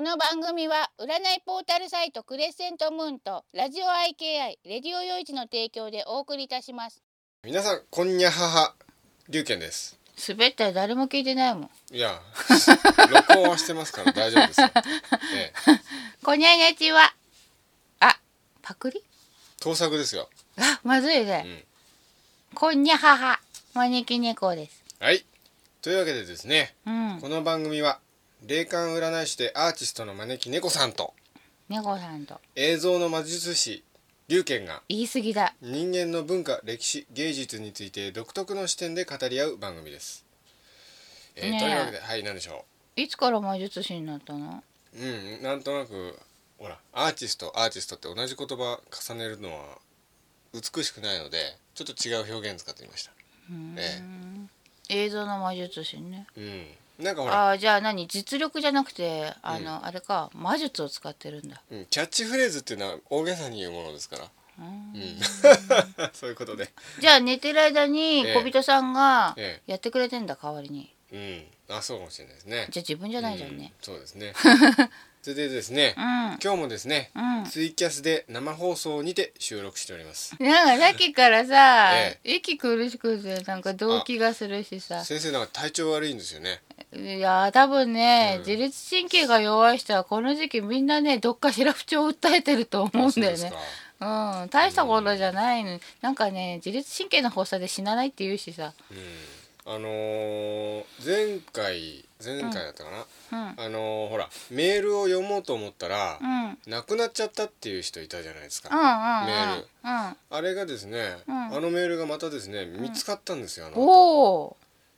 の番組は占いポータルサイトクレッセントムーンとラジオ IKI レディオヨイチの提供でお送りいたします皆さんこんにゃはは龍拳です滑ったら誰も聞いてないもんいや 録音はしてますから大丈夫ですよ、ええ、こにゃにゃちはあパクリ盗作ですよあまずいね、こんにゃはは招き猫ですはいというわけでですねうんこの番組は霊感占い師でアーティストの招き猫さんと猫さんと映像の魔術師龍拳が言い過ぎだ人間の文化歴史芸術について独特の視点で語り合う番組です、えーねえというわけではい何でしょいつから魔術師になったのううんなんとなくほらアーティストアーティストって同じ言葉重ねるのは美しくないのでちょっと違う表現使ってみましたうーんえ映像の魔術師ねうんなんかほら、あーじゃあ何実力じゃなくてあの、あれか魔術を使ってるんだうん、キャッチフレーズっていうのは大げさに言うものですから うんうんそういうことでじゃあ寝てる間にええ小人さんがえやってくれてんだ代わりにうんあそうかもしれないですねじゃあ自分じゃないじゃんねうんそうで すねそれでですねうんうん今日もですねなんかツイキャスで生放送にて収録しておりまさすっきからさ え息苦しくてなんか動悸がするしさ先生なんか体調悪いんですよねいやー多分ねうん自律神経が弱い人はこの時期みんなねどっかしら不調を訴えてると思うんだよあそうですねかうん大したことじゃないのになんかね自律神経の発作で死なないって言うしさうんあのー前回前回だったかな、うんあのーほらメールを読もうと思ったらう、んうんなくなっちゃったっていう人いたじゃないですか、うんうんあれがですね、うんあのメールがまたですね見つかったんですよ、あの後おお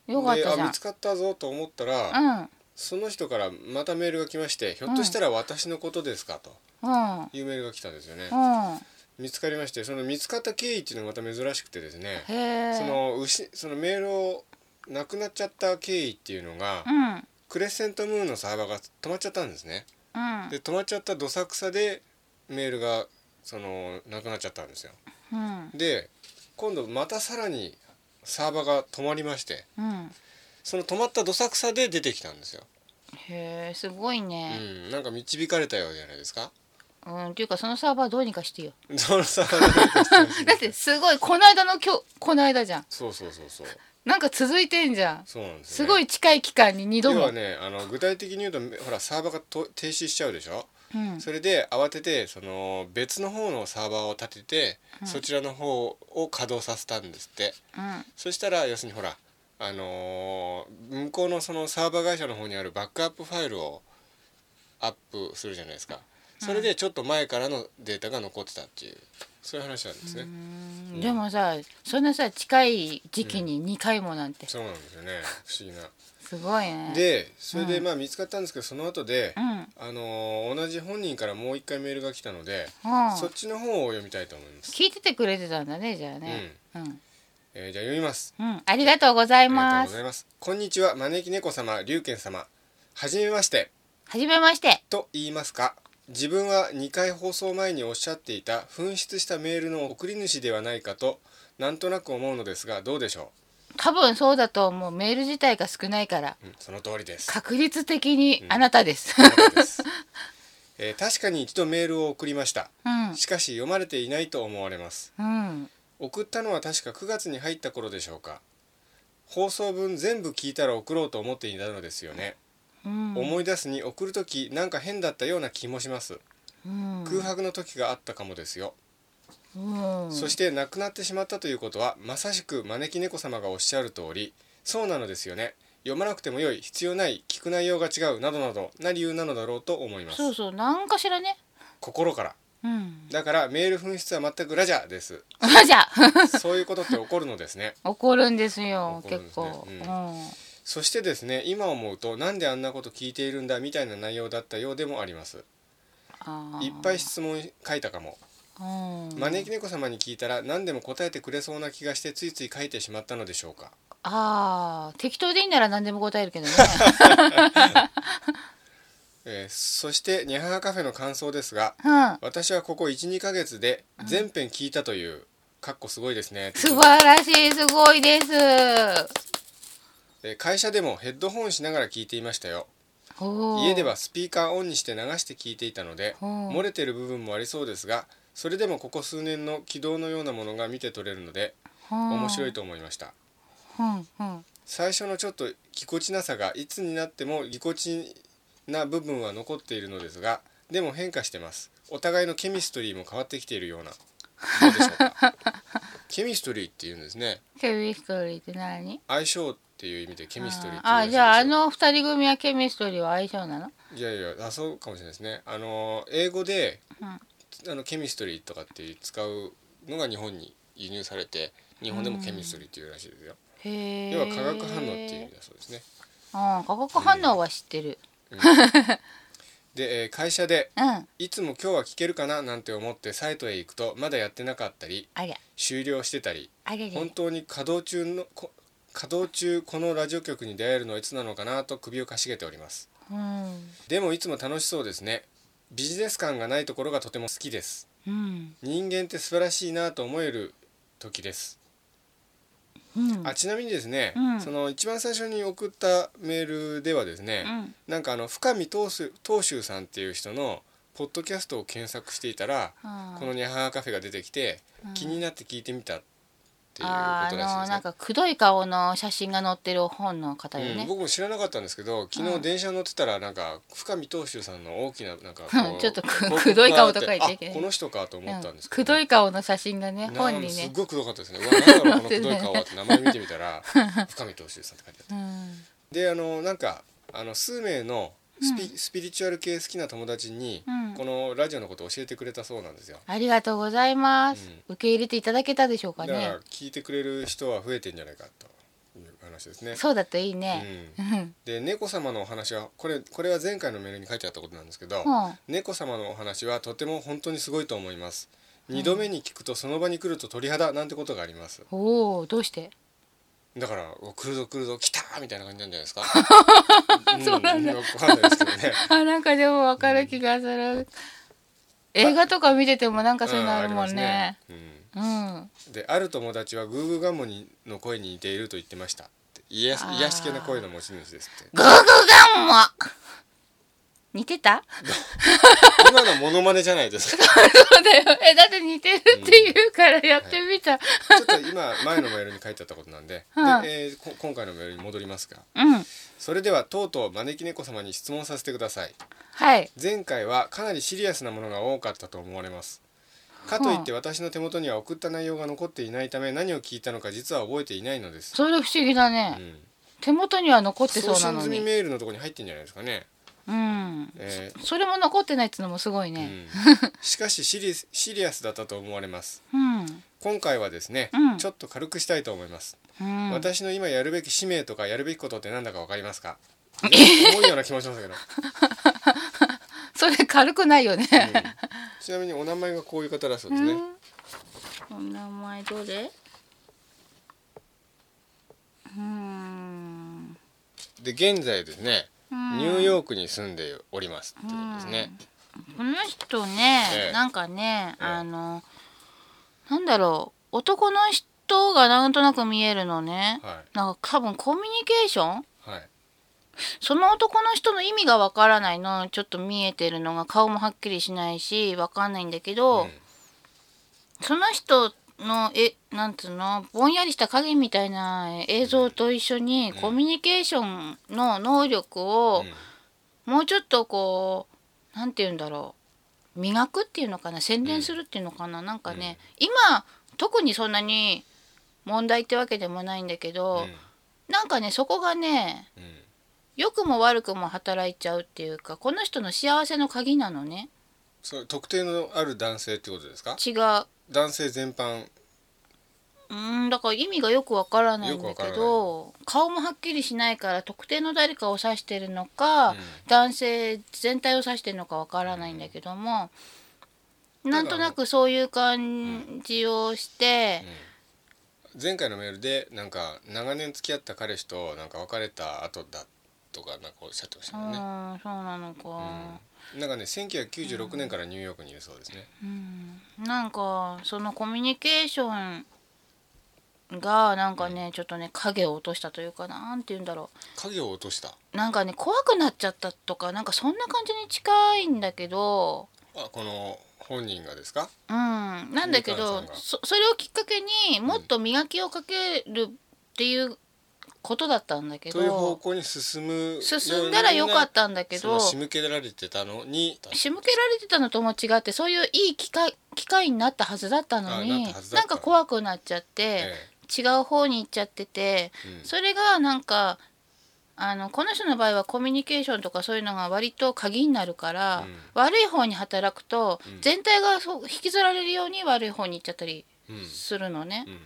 ーよかっでたじあゃ見つかったぞと思ったら、んうんその人からまたメールが来まして「ひょっとしたら私のことですか?」とうんいうメールが来たんですよね、うん見つかりましてその見つかった経緯っていうのがまた珍しくてですねへえその牛そのメールをなくなっちゃった経緯っていうのが、うんうんクレッセントムーンのサーバーが止まっちゃったんですねで止まっちゃったどさくさでメールがそのなくなっちゃったんですようんで今度またさらにサーバーが止まりましてうんその止まったどさくさで出てきたんですよ、へえすごいうねん、なんか導かれたようじゃないですか うんっていうかそのサーバーどうにかしてよそのサーバーでだってすごいこの間の今日この間じゃんそうそうそうそうなんか続いてんじゃんそうなんですすよ、ね、ごい近い期間に2度要もはねあの具体的に言うとほらサーバーがと停止しちゃうでしょうんそれで慌ててその別の方のサーバーを立てて、そちらの方を稼働させたんですってうんそしたら要するにほらあのー向こうのそのサーバー会社の方にあるバックアップファイルをアップするじゃないですかそれでちょっと前からのデータが残ってたっていうそういう話なんですね、うんでもさそんなさ近い時期に2回もなんてそうなんですよね不思議なすごいねでそれでまあ見つかったんですけどその後で、うんあのー同じ本人からもう一回メールが来たので、うんそっちの方を読みたいと思います、聞いててくれてたんだねじゃあねうんえーじゃあ読みますうんありがとうございありがとうまごすざいます。こんにちは、招き猫様、龍拳様。はじめまして、はじめましてと言いますか。自分は2回放送前におっしゃっていた紛失したメールの送り主ではないかとなんとなく思うのですがどうでしょ多分そうだと思うメール自体が少ないからう、うん、その通りです確率的にあなたです、 その通りです、えー確かに一度メールを送りましたうん、しかし読まれていないと思われますうん、送ったのは確か9月に入った頃でしょうか放送分全部聞いたら送ろうと思っていたのですよね、うん、思い出すに送る時なんか変だったような気もしますうん、空白の時があったかもですよ、うん、そして亡くなってしまったということはまさしく招き猫様がおっしゃる通りそうなのですよね読まなくてもよい必要ない聞く内容が違うなどなどな理由なのだろうと思いますそうそう、なんかしらね、心からうん、だからメール紛失は全くラジャーです じゃあそういうことって起こるのですね怒るんですよ、怒るん結ですね構、う、うんんうん、そしてですね今思うとなんであんなこと聞いているんだみたいな内容だったようでもありますあーいっぱい、質問書いたかもうん、招き猫様に聞いたら何でも答えてくれそうな気がしてついつい書いてしまったのでしょうかああ、適当でいいなら何でも答えるけどね、 えーそしてニャハハカフェの感想ですがうん、私はここ12ヶ月で全編聞いたという、かっこすごいですね素晴らしい、すごいです、えー会社でもヘッドホンしながら聞いていましたよおー家ではスピーカーオンにして流して聞いていたのでほう漏れてる部分もありそうですがそれでもここ数年の軌道のようなものが見て取れるので面白いと思いましたうんうん最初のちょっとぎこちなさがいつになってもぎこちな部分は残っているのですがでも変化してますお互いのケミストリーも変わってきているようなどうでしょうか ケミストリーっていうんですねケミストリーって何相性っていう意味でケミストリーっていうあらーしいですじよゃああの二人組はケミストリーは相性なのいやいやあそうかもしれないですねあの英語で、あのケミストリーとかって使うのが日本に輸入されて日本でもケミストリーっていうらしいですよ、へえ要は化学反応っていう意味だそうですね、うん化学反応は知ってるで、えー会社でうん、いつも今日は聞けるかななんて思ってサイトへ行くとまだやってなかったりあれ終了してたりあれれ本当に稼働中のこ稼働中このラジオ局に出会えるのはいつなのかなと首をかしげておりますうんでもいつも楽しそうですねビジネス感がないところがとても好きですうん人間って素晴らしいなと思える時です、うんあちなみにですね、うんその一番最初に送ったメールではですね、うんなんかあの深見東秀東秀さんっていう人のポッドキャストを検索していたら、うんこのニャハハカフェが出てきて、気になって聞いてみたっていうこあーとあらしいでのすなんねかくどい顔の写真が載ってる本の方ようねん、、僕も知らなかったんですけど昨う日ん電車乗ってたらなんか深見東秀さんの大きなな んかこうんうちょっとく広告があくどい顔とか言っちゃいけてなあいこの人かと思うったんんですけくど、どい顔の写真がねなん本にすっねごいくどかったですね。うわなんだろうこのくどい顔はって名前見てみたら深見投手さんって書いてあっうんた。であのなんかあの数名のスピ,、スピリチュアル系好きな友達に、うんこのラジオのことを教えてくれたそうなんですよ。ありがとうございます、受け入れていただけたでしょうかだかねら聞いてくれる人は増えてんじゃないかという話ですね。そうだといいね、う、うんん、で猫様のお話はこれこれは前回のメールに書いてあったことなんですけど、うん猫様のお話はとても本当にすごいと思います。二度目に聞くとその場に来ると鳥肌なんてことがあります。おおどうしてだからお来るぞ来るぞ来たーみたいな感じなんじゃないですか。 そうなんだよくわかんないですけどね。 あなんかでもわかる気がする映画とか見ててもなんかそういうのあるもんねうんありますうねんうんである友達はグーグーガモニの声に似ていると言ってましたって。癒やしあー癒やし系の声の持ち主ですって。グーグーガンマ似てた今のモノマネじゃないですか。そうだよえだって似てるって言うからやってみたちょっと今前のメールに書いてあったことなんで。 うんで、えーこ今回のメールに戻りますが、うんそれではとうとう招き猫様に質問させてください。はい前回はかなりシリアスなものが多かったと思われますかといって私の手元には送った内容が残っていないため何を聞いたのか実は覚えていないのです、それ不思議だうね、ん、手元には残って送そうな信の済みにメールのところに入ってんじゃないですかね、うんえそれも残ってないっつうのもすごいーね うんしかしシリシリアスだったと思われますうん、今回はですね、うんちょっと軽くしたいと思います、うん私の今やるべき使命とかやるべきことって何だかわかります か重いような気もしますけど、それ軽くないよね、うんちなみにお名前がこういう方だそうですね、お名前どれうんで現在ですね、うんニューヨークに住んでおりますってことですね、この人ね、ええなんかね、ええあのなんだろう男の人がなんとなく見えるのね、はなんか多分コミュニケーションいはいその男の人の意味がわからないのちょっと見えてるのが顔もはっきりしないしわかんないんだけど、うんその人のえなんつうのぼんやりした影みたいな映像と一緒にうんコミュニケーションの能力をうんもうちょっとこうなんて言うんだろう磨くっていうのかな宣伝するっていうのかな、なんかね、今特にそんなに問題ってわけでもないんだけど、なんかねそこがねうんうん良くも悪くも働いちゃうっていうかこの人の幸せの鍵なのねそれ特定のある男性ってことですか違う男性全般うーんだから意味がよくわからないんだよくわけからど顔もはっきりしないから特定の誰かを指してるのか、うん男性全体を指してるのかわからないんだけども、なんとなくそういう感じをして、前回のメールでなんか長年付き合った彼氏となんか別れた後だとかなんかおっしゃってましうたよね、ん、そうなのか、うん、なんかね1996年からニューヨークにいるそうですね、うんなんかそのコミュニケーションがなんかね、ちょっとね影を落としたというかなんて言うんだろ影を落としたうなんかね怖くなっちゃったとかなんかそんな感じに近いんだけどあこの本人がですかうんなんだけみかどんさんがそそれをきっかけにもっと磨きをかけるっていうことだったんだけど、という方向に進む進んだらよかったんだけそのど仕向けられてたのに仕向けられてたのとも違ってそういういい機会機会になったはずだったのあなっにたはずだなっんたか怖くなっちゃって、え違う方に行っちゃっててえうんそれがなんかあのこの人の場合はコミュニケーションとかそういうのが割と鍵になるから、うん悪い方に働くとうん全体がそう引きずられるように悪い方に行っちゃったりうんするのね。うん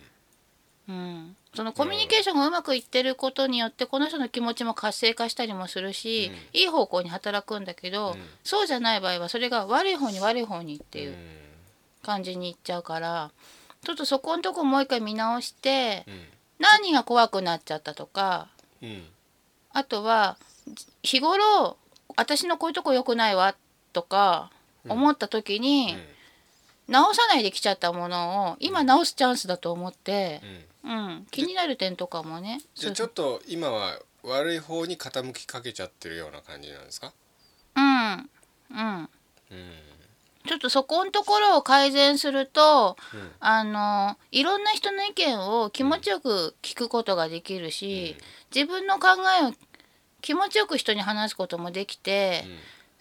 うん、そのコミュニケーションがうまくいってることによってこの人の気持ちも活性化したりもするし、いい方向に働くんだけど、うんそうじゃない場合はそれが悪い方に悪い方にっていううん感じにいっちゃうからちょっとそこのとこもう一回見直してうん何が怖くなっちゃったとかうんあとは日頃私のこういうとこ良くないわとか思った時に、直さないできちゃったものを今直すチャンスだと思ってう、んうん、気になる点とかもねじゃあちそょうっと今は悪い方に傾きかけちゃってるような感じなんですかうんうんうんちょっとそこのところを改善するとうんあのいろんな人の意見を気持ちよく聞くことができるし、自分の考えを気持ちよく人に話すこともできて、うん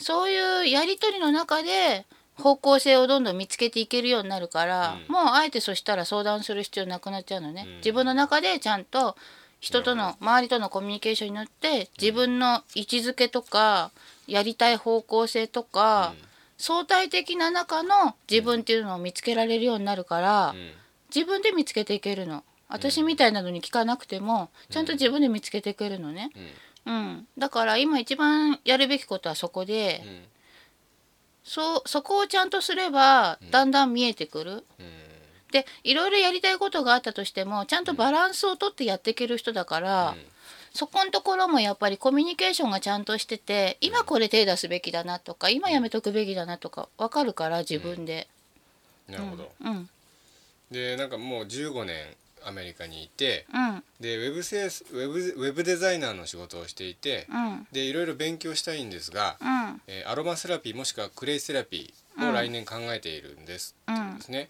そういうやり取りの中で方向性をどんどん見つけていけるようになるから、うんもうあえてそしたら相談する必要なくなっちゃうのね、うん自分の中でちゃんと人との周りとのコミュニケーションによって自分の位置づけとかやりたい方向性とか、相対的な中の自分っていうのを見つけられるようになるから、うん自分で見つけていけるの私みたいなのに聞かなくてもちゃんと自分で見つけていけるのね、うんうん、だから今一番やるべきことはそこで、うんそうそこをちゃんとすればうんだんだん見えてくる。うんでいろいろやりたいことがあったとしてもちゃんとバランスをとってやっていける人だから、うんそこのところもやっぱりコミュニケーションがちゃんとしてて今これ手出すべきだなとか今やめとくべきだなとか分かるから自分で。なるほど、うんでなんかもう15年アメリカにいてうんでウェブセースウェブウェブデザイナーの仕事をしていてうんでいろいろ勉強したいんですが、うんえーアロマセラピーもしくはクレイセラピーを来年考えているんです、うんってことですね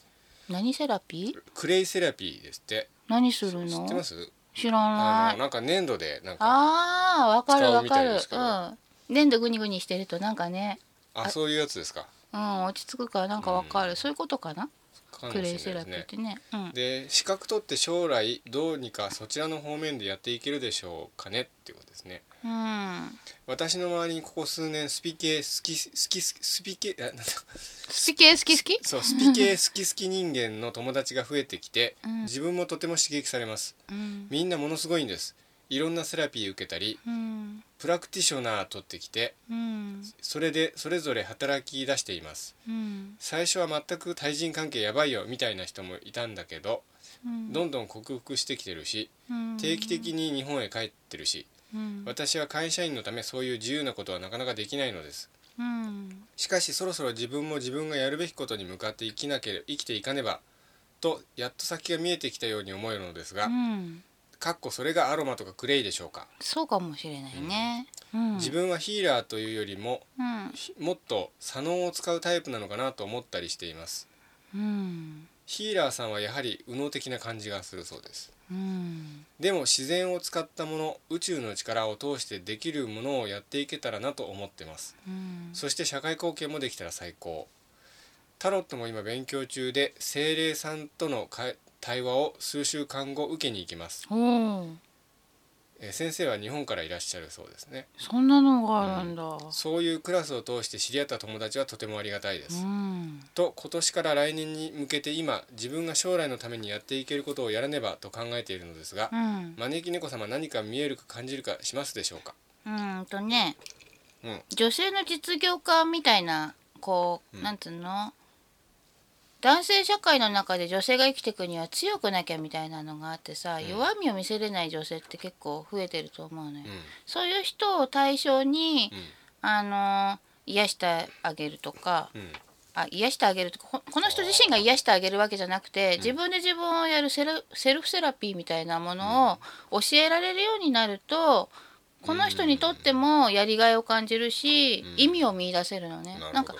何セラピークレイセラピーですって何する知ってまのす、知らなあのい。なんか粘土でなんかああ分かる使う分みかたいでるす。けうどん粘土グニグニしてるとなんかねあそういうやつですかうん落ち着くからなんか分かる、そういうことかなかもしクれなレいイですセラピーってね。うんで資格取って将来どうにかそちらの方面でやっていけるでしょうかねっていうことですねうん私の周りにここ数年スピ系好き好きスピ系あなんだ好き系好き好きそうスピ系好き好き人間の友達が増えてきて、うん自分もとても刺激されますうんみんなものすごいんですいろんなセラピー受けたりうんプラクティショナー取ってきてうんそれでそれぞれ働き出していますうん最初は全く対人関係やばいよみたいな人もいたんだけどうんどんどん克服してきてるしうん定期的に日本へ帰ってるしうん私は会社員のためそういう自由なことはなかなかできないのですうんしかしそろそろ自分も自分がやるべきことに向かって生きなければ生きていかねばとやっと先が見えてきたように思えるのですが、うんかっこそれがアロマとかクレイでしょうか、そうかもしれないね。うん自分はヒーラーというよりもうんひもっと左脳を使うタイプなのかなと思ったりしていますうんヒーラーさんはやはり右脳的な感じがするそうですうんでも自然を使ったもの宇宙の力を通してできるものをやっていけたらなと思ってますうんそして社会貢献もできたら最高タロットも今勉強中で精霊さんとの会対話を数週間後受けに行きます、おーえー先生は日本からいらっしゃるそうですねそんなのがあるんだ。そういうクラスを通して知り合った友達はとてもありがたいでうす、んと今年から来年に向けて今自分が将来のためにやっていけることをやらねばと考えているのですがう、ん招き猫様何か見えるか感じるかしますでしょうかうんとねうん女性の実業家みたいなこう、うんなんつうの男性社会の中で女性が生きていくには強くなきゃみたいなのがあってさ、ん弱みを見せれない女性って結構増えてると思うのよ、うんそういう人を対象に、うんあの癒してあげるとかうんあ癒してあげるとかここの人自身が癒してあげるわけじゃなくて自分で自分をやるセルセルフセラピーみたいなものを教えられるようになるとこの人にとってもやりがいを感じるしうん意味を見出せるのねななんるかほ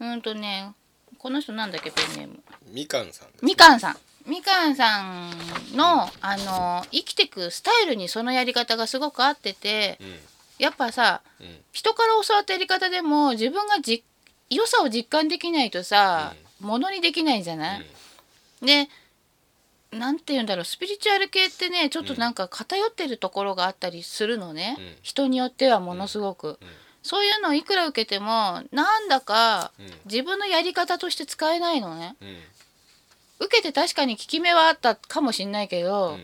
どうんとねこの人なんだっけペンネームみかんさんですみかんさんみかんさんのあの生きてくスタイルにそのやり方がすごく合っててうやっぱさんうん人から教わったやり方でも自分がじ良さを実感できないとさ、ものにできないじゃない、でなんて言うんだろうスピリチュアル系ってねちょっとなんか偏ってるところがあったりするのね、うん人によってはものすごく、うんうんそういうのをいくら受けてもなんだかうん自分のやり方として使えないのねうん受けて確かに効き目はあったかもしんないけど、うん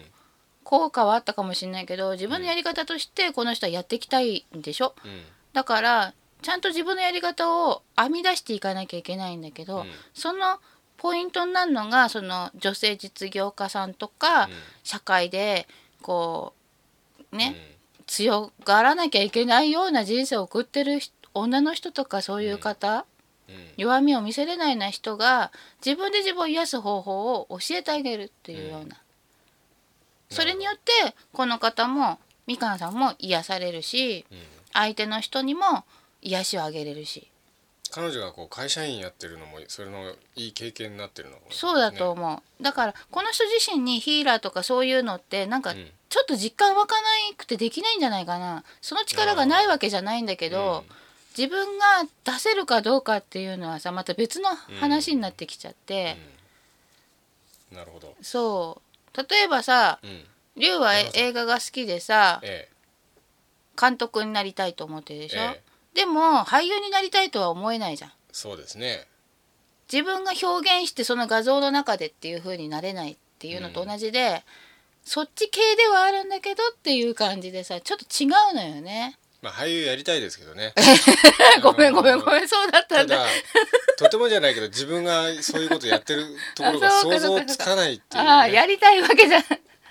効果はあったかもしんないけど自分のやり方としてこの人はやっていきたいんでしょ、うんだからちゃんと自分のやり方を編み出していかなきゃいけないんだけど、うんそのポイントになるのがその女性実業家さんとか、うん社会でこうね、うん強がらなきゃいけないような人生を送ってる人女の人とかそういう方、うん弱みを見せれないような人が自分で自分を癒す方法を教えてあげるっていうような、それによってこの方もみかんさんも癒されるしうん相手の人にも癒しをあげれるし彼女がこう会社員やってるのもそれのいい経験になってるのかもしれそうなだいですねと思う、だからこの人自身にヒーラーとかそういうのってなんかうんちょっと実感湧かないくてできないんじゃないかなその力がないわけじゃないんだけど、自分が出せるかどうかっていうのはさまた別の話になってきちゃって、うんなるほどそう例えばさうん龍はえ映画が好きでさええ監督になりたいと思ってるでしょ、ええでも俳優になりたいとは思えないじゃんそうですね自分が表現してその画像の中でっていう風になれないっていうのと同じで、そっち系ではあるんだけどっていう感じでさちょっと違うのよねまあ俳優やりたいですけどね ごめんごめんごんめんそうだったたんだだとてもじゃないけど自分がそういうことやってるところがあそう想かそうか像つかないっていうねああやりたいわけじゃ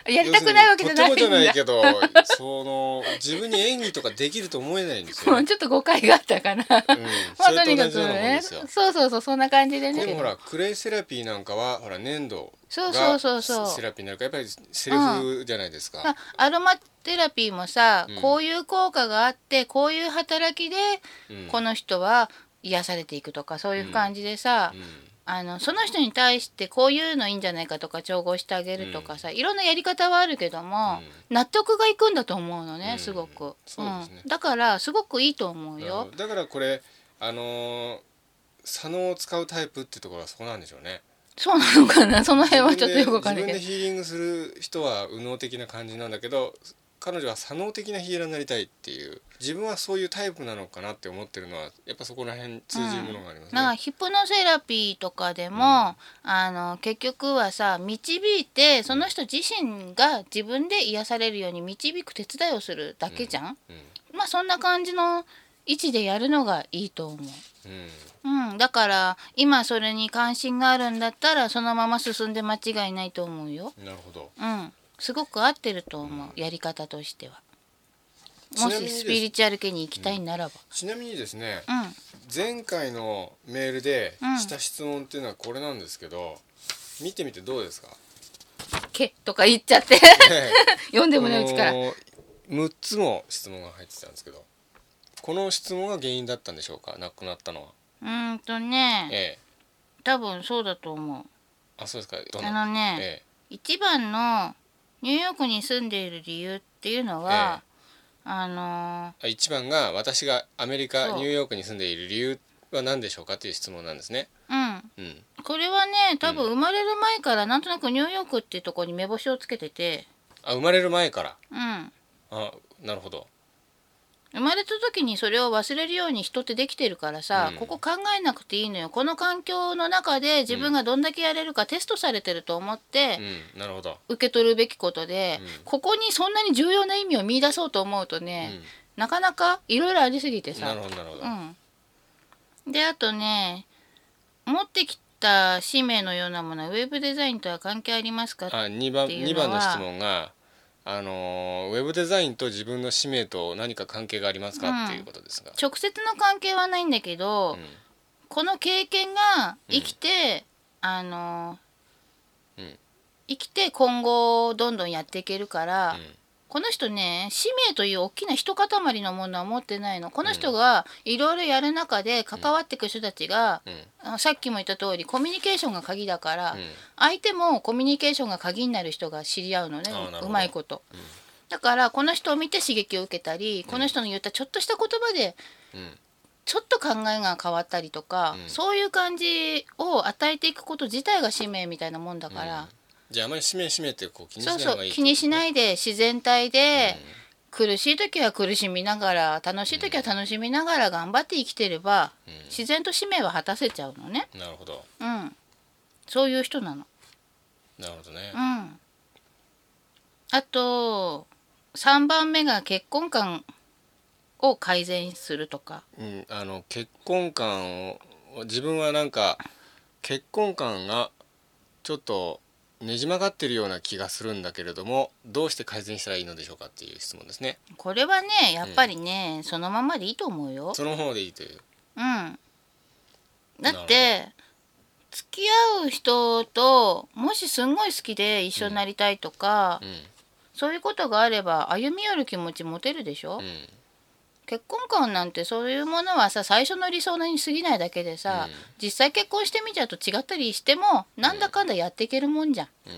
やりたくないわけじゃないん要するにだとてもじゃないけどその自分に演技とかできると思えないんですも よ、う、うんちょっと誤解があったかなまあそれとにかと同くじようなもんねですよそうそうそうそんな感じでねでもほらクレイセラピーなんかはほら粘土そうそうがそうそうセラピーになるからやっぱりセリフじゃないですか、まあアロマテラピーもさ、うんこういう効果があってこういう働きでうんこの人は癒されていくとかそういう感じでさ、うあのその人に対してこういうのいいんじゃないかとか調合してあげるとかさ、いろんなやり方はあるけども、納得がいくんだと思うのね、うんすごく、そうですねんだからすごくいいと思うんよ、だからこれあのー左脳を使うタイプってところはそこなんでしょうねそうなのかなその辺はちょっとよくわか自んない分けでどヒーリングする人は右脳的な感じなんだけど彼女は左脳的なヒーラーになりたいっていう自分はそういうタイプなのかなって思ってるのはやっぱそこら辺通じるものがありますなんかね。ヒプノセラピーとかでも、あの結局はさ導いてその人自身が自分で癒されるように導く手伝いをするだけじゃん、まあそんな感じの位置でやるのがいいと思う。うんうんうん、だから今それに関心があるんだったらそのまま進んで間違いないと思うよ。なるほどうん、すごく合ってると思う、やり方としては。もちなみにしですスピリチュアル系に行きたいならば。ちなみにですねうん、前回のメールでうんした質問っていうのはこれなんですけど見てみてどう ですかけとか言っちゃって ね読んでもないうちから。この6つも質問が入ってたんですけどこの質問が原因だったんでしょうか亡くなったのは、うーんとねええ多分そうだと思う。あそうですかどんあなのね、え一番のニューヨークに住んでいる理由っていうのは、あのえ、あ一番が私がアメリカそうニューヨークに住んでいる理由は何でしょうかっていう質問なんですねーうんうんこれはね多分生まれる前からなんとなくニューヨークっていうところに目星をつけてて、あ生まれる前からうん、あなるほど生まれた時にそれを忘れるように人ってできてるからさ、うんここ考えなくていいのよこの環境の中で自分がどんだけやれるかテストされてると思って、うんなるほど、受け取るべきことで、うんここにそんなに重要な意味を見出そうと思うとね、なかなかいろいろありすぎてうん、さなるほどなるほど、うん、であとね持ってきた使命のようなものはウェブデザインとは関係ありますかあ2番っていう二のは番の質問が、あのーウェブデザインと自分の使命と何か関係がありますか、うんっていうことですが、直接の関係はないんだけど、うんこの経験が生きて、あの、うん生きて今後どんどんやっていけるから、うんこの人ね使命という大きな一塊のものは持ってないのこの人がいろいろやる中で関わっていく人たちが、うんあのさっきも言った通りコミュニケーションが鍵だから、うん相手もコミュニケーションが鍵になる人が知り合うのねあーなるほどうまいこと、うんだからこの人を見て刺激を受けたりこの人の言ったちょっとした言葉でうんちょっと考えが変わったりとか、うんそういう感じを与えていくこと自体が使命みたいなもんだから、うんじゃああまりしめしめってこう気にしなそうい方そがいうい気にしいないで自然体で、苦しい時は苦しみながら楽しい時は楽しみながら頑張って生きてれば自然と使命は果たせちゃうのねなるほどうんそういう人なのなるほどねう、んあと3番目が結婚観を改善するとかうん、あの結婚観を自分はなんか結婚観がちょっとねじ曲がってるような気がするんだけれどもどうして改善したらいいのでしょうかっていう質問ですねこれはねやっぱりね、そのままでいいと思うよその方でいいといううんだなるほどって付き合う人ともしすんごい好きで一緒になりたいとか、うそういうことがあれば歩み寄る気持ち持てるでしょ、んうん結婚観なんてそういうものはさ最初の理想に過ぎないだけでさ、うん実際結婚してみちゃうと違ったりしてもなんだかんだやっていけるもんじゃん。うん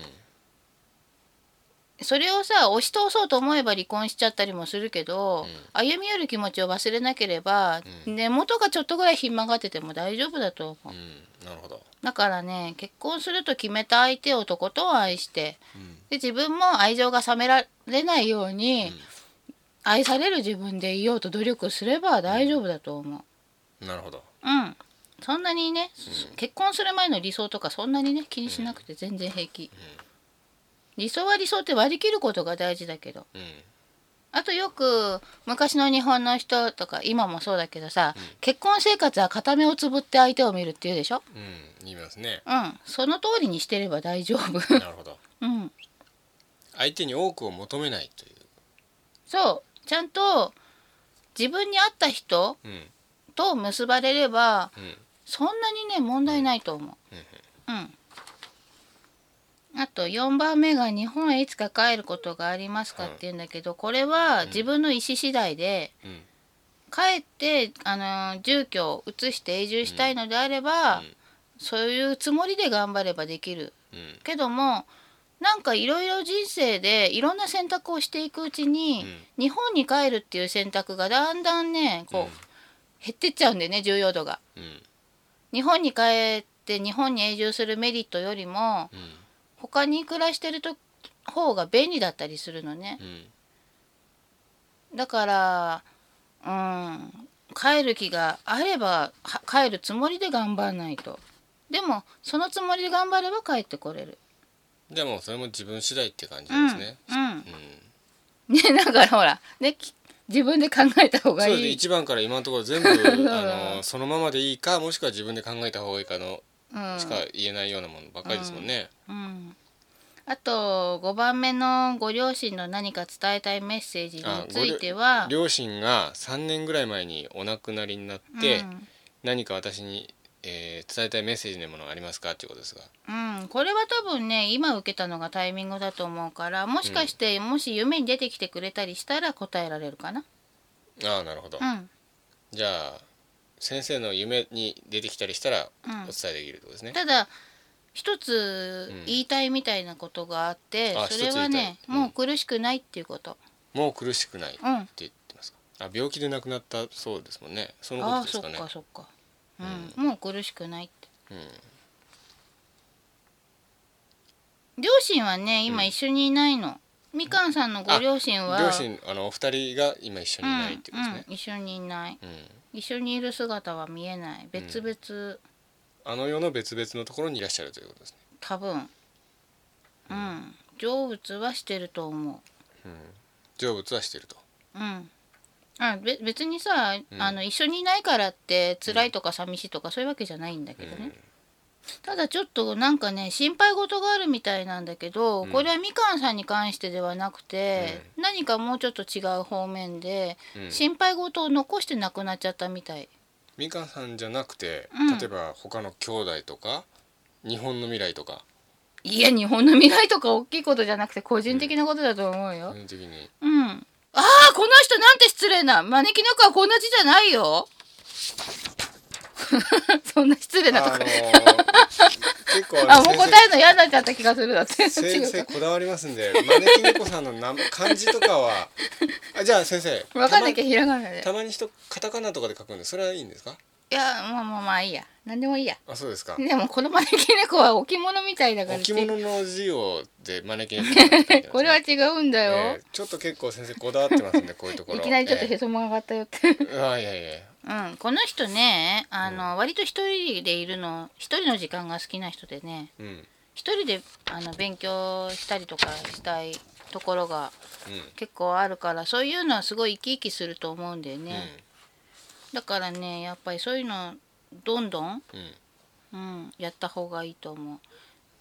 それをさ押し通そうと思えば離婚しちゃったりもするけど、うん歩み寄る気持ちを忘れなければ、う根元がちょっとぐらいひん曲がってても大丈夫だと思う、うんなるほどだからね結婚すると決めた相手をとことん愛してうんで自分も愛情が冷められないように、愛される自分でいようと努力すれば大丈夫だと思う。なるほどうん、そんなにね、結婚する前の理想とかそんなにね気にしなくて全然平気、理想は理想って割り切ることが大事だけどうんあとよく昔の日本の人とか今もそうだけどさ、結婚生活は片目をつぶって相手を見るっていうでしょうん言いま すねうんその通りにしてれば大丈夫なるほどうん相手に多くを求めないというそうちゃんと自分に合った人うんと結ばれればうんそんなにね問題ないと思ううんあと4番目が「日本へいつか帰ることがありますか?」はいって言うんだけどこれは自分の意思次第でうん帰って、あのー住居を移して永住したいのであれば、うんそういうつもりで頑張ればできるうんけどもなんかいろいろ人生でいろんな選択をしていくうちに、日本に帰るっていう選択がだんだんねこう、うん減ってっちゃうんだよね重要度が。うん日本に帰って日本に永住するメリットよりもうん他に暮らしてると方が便利だったりするのねうんだからうん帰る気があればは帰るつもりで頑張らないとでもそのつもりで頑張れば帰ってこれるじゃあもうそれも自分次第って感じですねうんうんうんねだからほらねき自分で考えた方がそういでい1番から今のところ 全部あのそのままでいいかもしくは自分で考えた方がいいかのうんしか言えないようなものばっかりですもんね。うんあと5番目のご両親の何か伝えたいメッセージについては両親が3年ぐらい前にお亡くなりになって、うん何か私に、えー伝えたいメッセージのものがありますかっていうことですが。うん、これは多分ね今受けたのがタイミングだと思うからもしかして、もし夢に出てきてくれたりしたら答えられるかな。ああなるほど、うんじゃあ先生の夢に出てきたりしたらうんお伝えできるってことですね。ただ一つうん言いたいみたいなことがあって、あそれはね一つ言い、たいうんもう苦しくないっていうこと。もう苦しくないってうん、あ言ってますかあ病気で亡くなったそうですもんねそのこあとでそすっかね。かそっか、うんもう苦しくないって。うん両親はね今一緒にいないの。みかんさんのご両親は両親あのお二人が今一緒にいないってことですうね。んうん、一緒にいないうん一緒にいる姿は見えない別々、あの世の別々のところにいらっしゃるということですね。多分うん成仏はしてると思成仏はしてると。ううんあべ別にさ、んあの一緒にいないからって辛いとか寂しいとかそういうわけじゃないんだけどね、ただちょっとなんかね心配事があるみたいなんだけど、うんこれはみかんさんに関してではなくて、何かもうちょっと違う方面で、うん心配事を残して亡くなっちゃったみたいみかんさんじゃなくて、うん例えば他の兄弟とか日本の未来とかいや日本の未来とか大きいことじゃなくて個人的なことだと思う個よ。人的にうん。ああこの人なんて失礼な招き猫はこんな字じゃないよ。 そんな失礼なとあこのー 結構ああのもう先答えるの嫌になっちゃった気がするだって。生違先うか生こだわりますんで招き猫さんの名前漢字とかはあじゃあ先生分かんなきゃたひらがなでま。たまに人カタカナとかで書くんでそれはいいんですかいやまあまあまあいいや何でもいいや。あそうですか、でもこの招き猫は置物みたいだから置物の字をで招き猫さんって書いてあるんですね これは違うんだよ。えーちょっと結構先生こだわってますんでこういうところいきなりちょっとへえそも上がったよって。ーあいやいやいやうん、この人ねあの、割と一人でいるの一人の時間が好きな人でねうんうん一人であの勉強したりとかしたいところが結構あるからそういうのはすごい生き生きすると思うんだようんね、だからねやっぱりそういうのどんどん、ううんん、やった方がいいと思う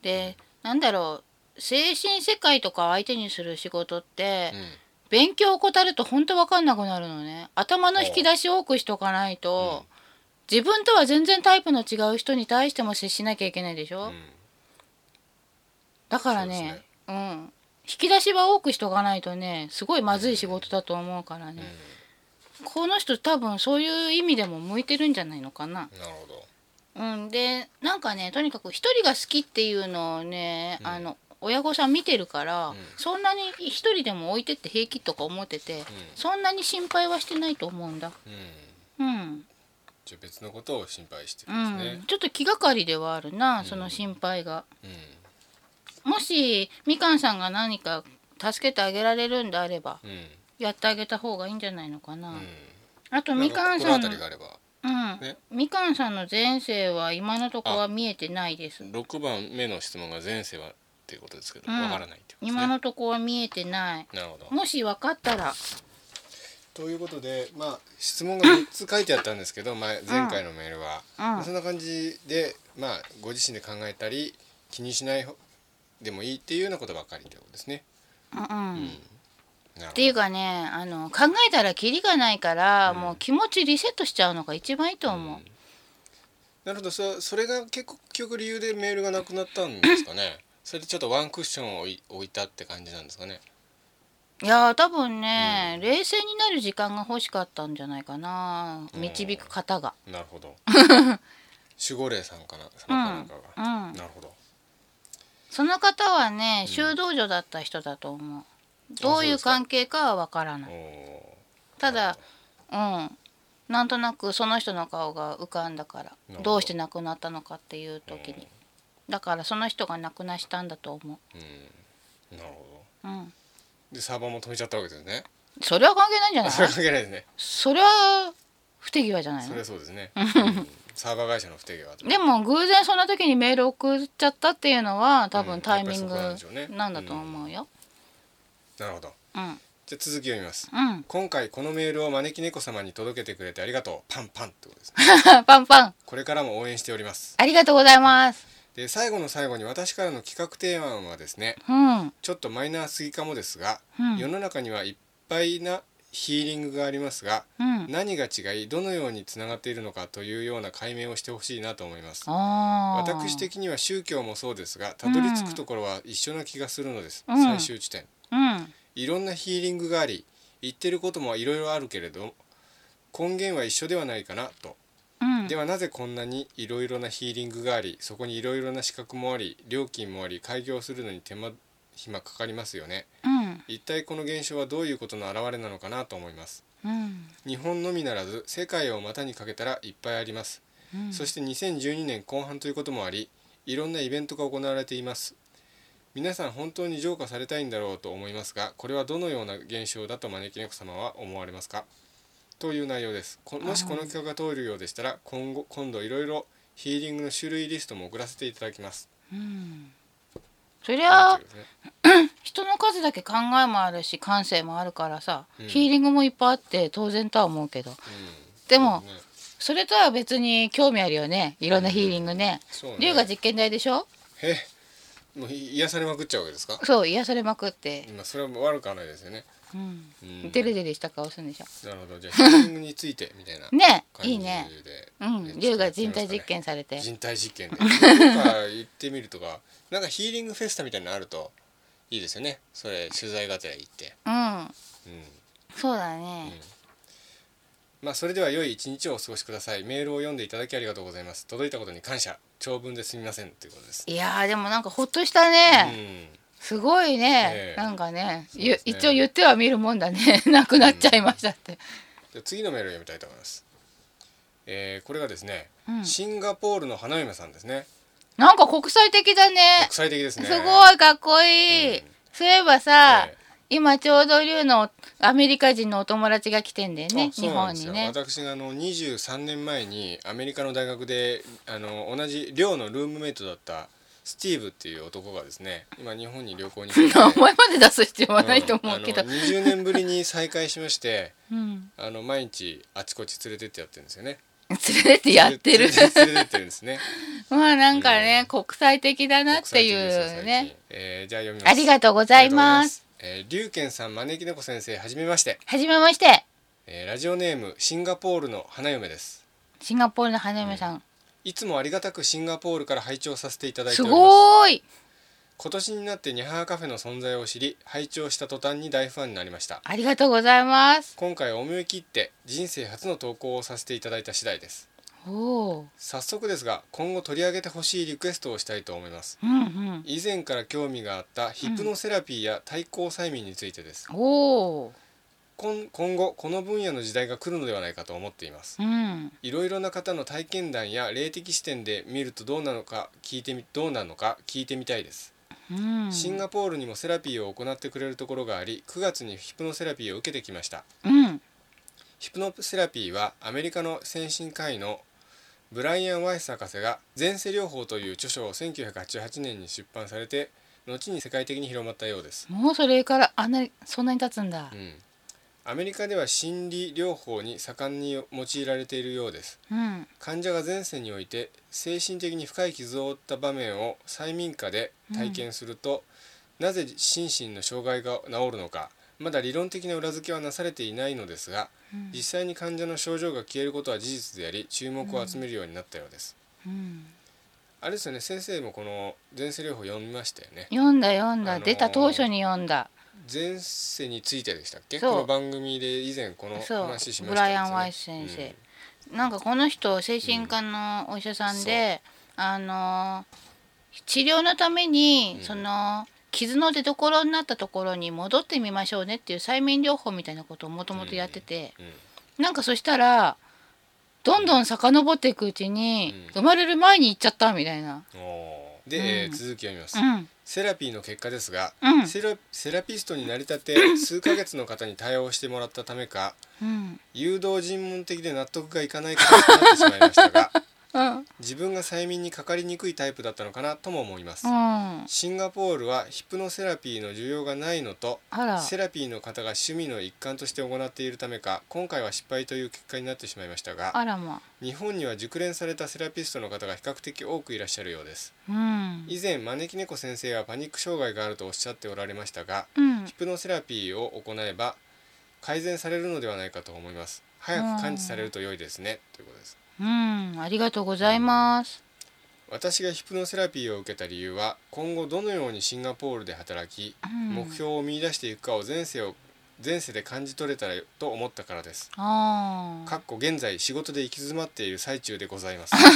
で、なんだろう精神世界とかを相手にする仕事って、うん勉強を怠ると本当わかんなくなるのね頭の引き出しを多くしとかないと、自分とは全然タイプの違う人に対しても接しなきゃいけないでしょ、うんだからねうん引き出しは多くしとかないとねすごいまずい仕事だと思うからね、この人多分そういう意味でも向いてるんじゃないのかななるほどうんでなんかねとにかく一人が好きっていうのをね、あの親御さん見てるから、そんなに一人でも置いてって平気とか思ってて、そんなに心配はしてないと思うんだうんうん、じゃあ別のことを心配してうるんですんね、ちょっと気がかりではあるなその心配が、うんもしみかんさんが何か助けてあげられるんであればうんやってあげた方がいいんじゃないのかな、うんあとなみかんさんこのの辺りがあれうん、ばねみかんさんの前世は今のところは見えてないです六番目の質問が前世はっていうことですけどうんわからないってことですね今のところは見えてないなるほどもし分かったらということでまあ質問が3つ書いてあったんですけど前前回のメールはうんそんな感じでまあご自身で考えたり気にしない方でもいいっていうようなことばかりということですねうんうん、っなるほていうかねあの考えたらキリがないから、もう気持ちリセットしちゃうのが一番いいと思う、なるほどそそれが結構結局理由でメールがなくなったんです かねそれでちょっとワンクッションを置い置いたって感じなんですかねいやー多分ね、冷静になる時間が欲しかったんじゃないかなうん導く方が、なる ほど守護霊さんかな様かなんかうが、ん、なるほどその方はね修道女だった人だと思う、どういそうでうすか関係かはわからないおーただうんなんとなくその人の顔が浮かんだからほどどうして亡くなったのかっていう時に、だからその人が亡くなしたんだと思うんなるほううんどでサーバーも止めちゃったわけですねそれは関係ないんじゃなそれいは関係ないですねそれは不手際じゃないそのれはそうですね、うんサーバー会社の不手際とでも偶然そんな時にメール送っちゃったっていうのは多う分んタイミングやっぱりそこなんでしょうねなんだと思うよ。なるほどうんじゃあ続きを読みますうん。 今回このメールを招き猫様に届けてくれてありがとうパンパンってことですねパンパンこれからも応援しておりますありがとうございます。で最後の最後に私からの企画提案はですねうんうんちょっとマイナーすぎかもですが、うん世の中にはいっぱいなヒーリングがありますが、何が違いどのようにつながっているのかというような解明をしてほしいなと思いますあー私的には宗教もそうですがたどり着くところは一緒な気がするのです、うん最終地点うんいろんなヒーリングがあり言ってることもいろいろあるけれど根源は一緒ではないかなとうんではなぜこんなにいろいろなヒーリングがありそこにいろいろな資格もあり料金もあり開業するのに手間暇かかりますよねうん一体この現象はどういうことの表れなのかなと思いますうん日本のみならず世界を股にかけたらいっぱいあります、うんそして2012年後半ということもありいろんなイベントが行われています皆さん本当に浄化されたいんだろうと思いますがこれはどのような現象だと招き猫様は思われますかという内容ですこもしこの企画が通るようでしたら今後今度いろいろヒーリングの種類リストも送らせていただきますうんそりゃあということですね人の数だけ考えもあるし感性もあるからさ、うんヒーリングもいっぱいあって当然とは思うけどでも、うんねそれとは別に興味あるよねいろんなヒーリングねそうね龍が実験台でしょえもう癒されまくっちゃうわけですか、そう癒されまくって、まあ、それは悪くはないですよね、うんうん、デレデレした顔するんでしょなるほどじゃあヒーリングについてみたいなね感いじいねでうん龍が人体実験されて人体実験でなんか行ってみるとか なんかヒーリングフェスタみたいなのあるといいですよねそれ取材がてら行って、うんうん、そうだね、まあそれでは良い一日をお過ごしくださいメールを読んでいただきありがとうございます届いたことに感謝長文ですみませんということです、いやーでもなんかほっとしたね、うんすごいねえ、えなんかねそうですねゆ一応言っては見るもんだね なくなっちゃいましたって、じゃあ次のメールを読みたいと思います、えーこれがですね、うんシンガポールの花嫁さんですねなんか国際的だね国際的ですねすごいかっこいい、うんそういえばさ、ええ今ちょうど龍のアメリカ人のお友達が来てんだよねあそ日うな本んですによね私があの23年前にアメリカの大学であの同じ寮のルームメイトだったスティーブっていう男がですね今日本に旅行に来 て名前まで出す必要はないと思うけど、んあの20年ぶりに再会しましてうん、あの毎日あちこち連れてってやってるんですよね連れてってやってる連れて連れてってるんですねまあなんかね、国際的だ なってい国際的ですうよね、最近えーじゃあ読みますありがとうございますありがとうございますえー龍賢さん招き猫先生はじめまして、はじめましてえーラジオネームシンガポールの花嫁ですシンガポールの花嫁さん、いつもありがたくシンガポールから拝聴させていただいてすおりますごーい今年になってニャハーカフェの存在を知り拝聴した途端に大ファンになりましたありがとうございます今回は思い切って人生初の投稿をさせていただいた次第ですおお早速ですが今後取り上げてほしいリクエストをしたいと思いますーうんうん以前から興味があったヒプノセラピーや対抗催眠についてです、おお今今後この分野の時代が来るのではないかと思っていますうんいろいろな方の体験談や霊的視点で見るとどうなのか聞いてみどうなのか聞いてみたいですうんシンガポールにもセラピーを行ってくれるところがあり9月にヒプノセラピーを受けてきましたうんヒプノセラピーはアメリカの先進科医のブライアン・ワイス博士が「前世療法」という著書を1988年に出版されて後に世界的に広まったようです、もうそれからあんなにそんなに経つんだうん、アメリカでは心理療法に盛んに用いられているようですうん患者が前世において精神的に深い傷を負った場面を催眠下で体験すると、なぜ心身の障害が治るのかまだ理論的な裏付けはなされていないのですうが、ん実際に患者の症状が消えることは事実であり注目を集めるようになったようです、うんあれですよね先生もこの前世療法読みましたよね読んだ読んだ、あのー出た当初に読んだ前世についてでしたっけこそうの番組で以前このそう話しましたよねブライアン・ワイス先生、なんかこの人精神科のお医者さんで、あのー治療のために、うんその傷の出所になったところに戻ってみましょうねっていう催眠療法みたいなことをもともとやってて、うんうんなんかそしたらどんどん遡っていくうちに、うん生まれる前に行っちゃったみたいな。おーで、えーうん続き読みます、うんセラピーの結果ですが、うんセラセラピストになりたて 数ヶ月の方に対応してもらったためかうん誘導尋問的で納得がいかない感じになってしまいました がうん自分が催眠にかかりにくいタイプだったのかなとも思います、あシンガポールはヒプノセラピーの需要がないのとらセラピーの方が趣味の一環として行っているためか今回は失敗という結果になってしまいましたがあらま日本には熟練されたセラピストの方が比較的多くいらっしゃるようですうん以前招き猫先生はパニック障害があるとおっしゃっておられましたがうんヒプノセラピーを行えば改善されるのではないかと思います早く感知されると良いですねということですうんありがとうございます私がヒプノセラピーを受けた理由は今後どのようにシンガポールで働き、うん目標を見出していくかを前世を前世で感じ取れたらと思ったからですああかっこ現在仕事で行き詰まっている最中でございます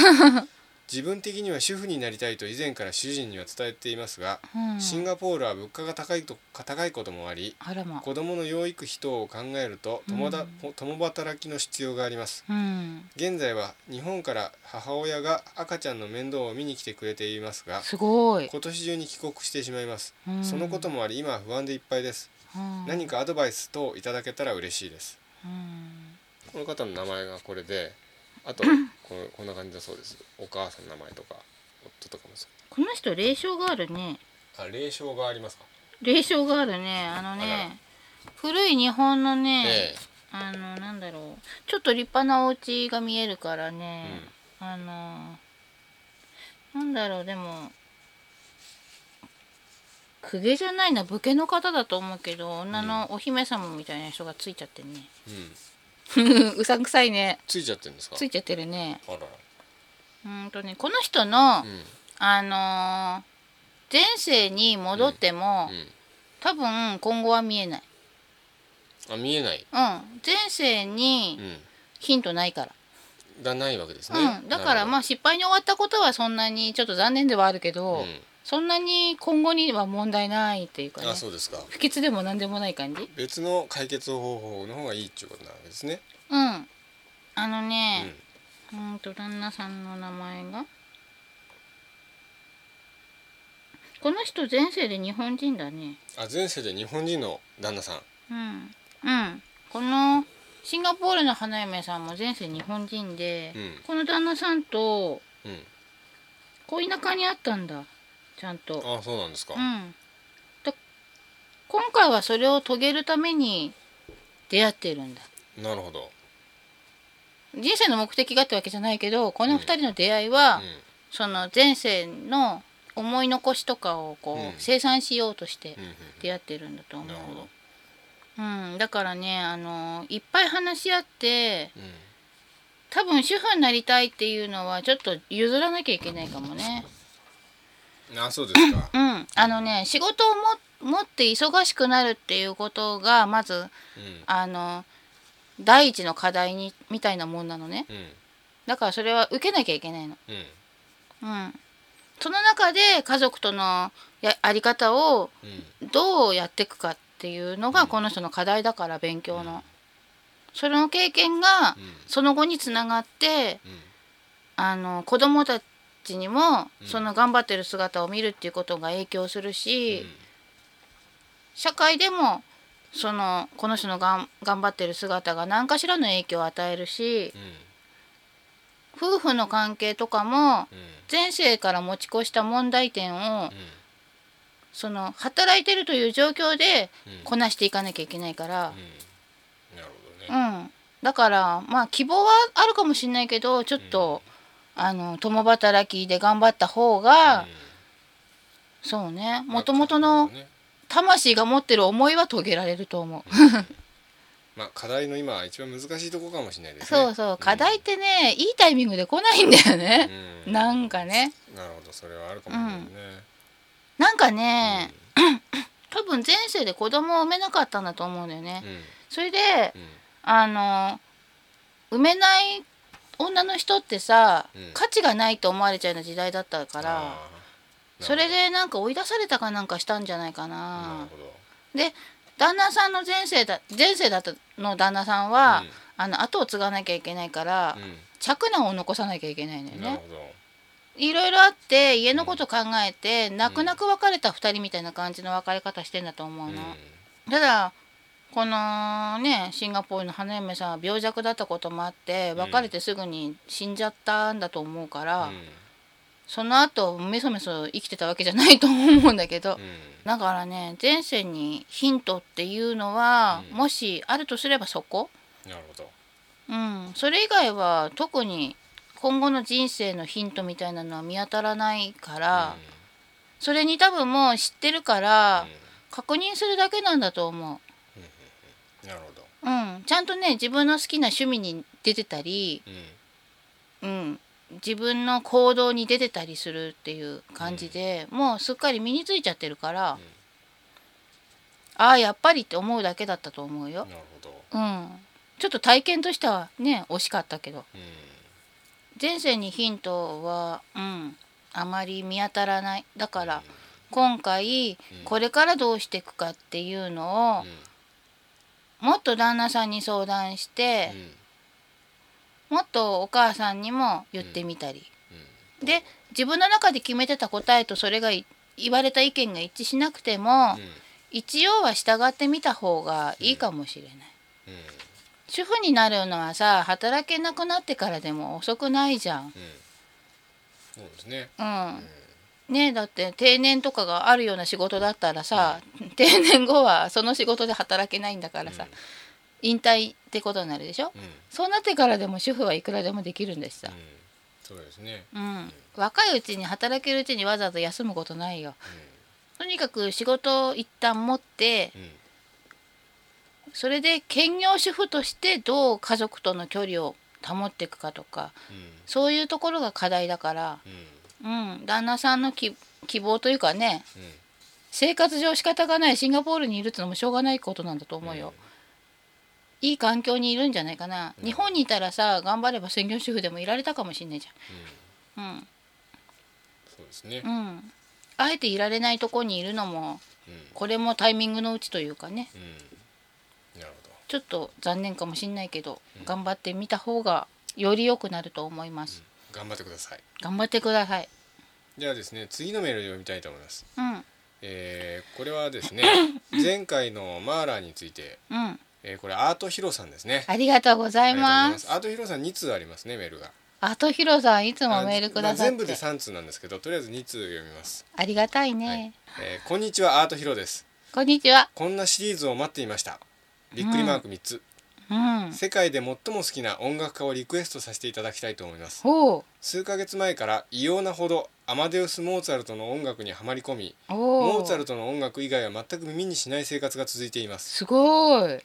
自分的には主婦になりたいと以前から主人には伝えていますが、うんシンガポールは物価が高いと高いこともありあらま子供の養育費等を考えると共だ、共働きの必要がありますうん現在は日本から母親が赤ちゃんの面倒を見に来てくれていますがすごい今年中に帰国してしまいます、うんそのこともあり今は不安でいっぱいです、うん何かアドバイス等いただけたら嬉しいですうんこの方の名前がこれであとこのこんな感じだそうですお母さんの名前とか夫とかもそこの人霊障があるねうあ霊障がありますか霊障があるねあのあららね古い日本のね、ええあのなんだろうちょっと立派なお家が見えるからね、あのなんだろうでも公家じゃないな武家の方だと思うけど女のお姫様みたいな人がついちゃってるね うんうさんくさいねついちゃってるんですかついちゃってるねあらうーんとねこの人の、うんあのー前世に戻っても、うん多分今後は見えないあ見えないうん前世にうヒントないからんがないわけですね、うん、だからまああ失敗に終わったことはそんなにちょっと残念ではあるけど、そんなに今後には問題ないっていうかねあそうですか不吉でも何でもない感じ別の解決方法の方がいいっていうことなわけですね、うんあのうねん、うーんと旦那さんの名前がこの人前世で日本人だねあ前世で日本人の旦那さんうんうんこのシンガポールの花嫁さんも前世日本人で、うんこの旦那さんとうん恋仲にあったんだちゃんとあそうなんですか、うん、だ今回はそれを遂げるために出会ってるんだなるほど、人生の目的がってわけじゃないけどこの2人の出会いは、うその前世の思い残しとかをこう、うん清算しようとしてんうん出会ってるんだとうん、思なるほどう、、うん、だからねあのいっぱい話し合ってうん、多分主婦になりたいっていうのはちょっと譲らなきゃいけないかもね。あそうですか。うん、あのね仕事をも持って忙しくなるっていうことがまずうんあの第一の課題にみたいなもんなのねうんだからそれは受けなきゃいけないのうんうんその中で家族とのやあり方をうんどうやっていくかっていうのがこの人の課題だから勉強のその経験がうんその後につながってうんあの子供たちにもうんその頑張ってる姿を見るっていうことが影響するし社会でもそのこの人のがん頑張ってる姿が何かしらの影響を与えるしうん夫婦の関係とかもうん前世から持ち越した問題点をうんその働いてるという状況でうんこなしていかなきゃいけないからうんなるほうどね。んだからまあ希望はあるかもしれないけどちょっとあの共働きで頑張った方がそうねもともとのうん魂が持ってる思いは遂げられると思うまあ課題の今一番難しいとこかもしれないですね。そうそう課題ってねいいタイミングで来ないんだようねんなんかねなるほどそれはあるかもしれないね。なんかね多分前世で子供を産めなかったんだと思うんだよねうんそれでうんあの産めない女の人ってさ、うん価値がないと思われちゃうような時代だったからあーそれでなんか追い出されたかなんかしたんじゃないかなるなほどで旦那さんの前世だ前世だったの旦那さんは、あの後を継がなきゃいけないから、うん嫡男を残さなきゃいけないのようんなるねほどいろいろあって家のこと考えて、泣く泣く別れた2人みたいな感じの別れ方してんだと思ううんの。ただこのねシンガポールの花嫁さんは病弱だったこともあってん別れてすぐに死んじゃったんだと思うから、うんその後メソメソ生きてたわけじゃないと思うんだけど、うんだからね前世にヒントっていうのは、うんもしあるとすればそこ、なるほどうん、それ以外は特に今後の人生のヒントみたいなのは見当たらないから、それに多分もう知ってるから、確認するだけなんだと思う。うんなるほどうん、ちゃんとね自分の好きな趣味に出てたり、うんうん、自分の行動に出てたりするっていう感じで、もうすっかり身についちゃってるから、ああやっぱりって思うだけだったと思うよ。なるほうどん、ちょっと体験としてはね惜しかったけどうん前世にヒントは、うん、あまり見当たらないだから今回うんこれからどうしていくかっていうのをうんもっと旦那さんに相談して。うんもっとお母さんにも言ってみたり、うで自分の中で決めてた答えとそれがい言われた意見が一致しなくても、ん一応は従ってみた方がいいかもしれない、うん主婦になるのはさ働けなくなってからでも遅くないじゃんうんそうですねうんうんねえだって定年とかがあるような仕事だったらさ、定年後はその仕事で働けないんだからさ、引退ってことになるでしょ、うんうんそうなってからでも主婦はいくらでもできるんですさ、そうですねうん、若いうちに働けるうちにわざわざ休むことないよ。とにかく仕事を一旦持ってうんそれで兼業主婦としてどう家族との距離を保っていくかとかそういうところが課題だから、うんうん、旦那さんのき希望というかねうんうん生活上仕方がないシンガポールにいるってのもしょうがないことなんだと思うよ。いい環境にいるんじゃないかな、うん日本にいたらさ頑張れば専業主婦でもいられたかもしんないじうんゃんそうですねうんうんあえていられないとこにいるのもうんこれもタイミングのうちというかねうんなるほどちょっと残念かもしんないけど頑張ってみた方がより良くなると思います、頑張ってください頑張ってくださいではですね次のメールを読みたいと思いますうんえーこれはで すね前回のマーラーについて、うんえーこれアートヒロさんですねありがとうござあいますアートヒロさん2通ありますねメールがあとひろさんいつもメールあくだまあさっ全部でて3通なんですけどとりあえず2通読みます、ありがたいね、はいえーこんにちはアートヒロですこんにちはこんなシリーズを待っていましたびっくりマーク3つ、うん世界で最も好きな音楽家をリクエストさせていただきたいと思いますほ数ヶ月前から異様なほどアマデウス・モーツァルトの音楽にはまり込みうおモーツァルおトの音楽以外は全く耳にしない生活が続いていますすごい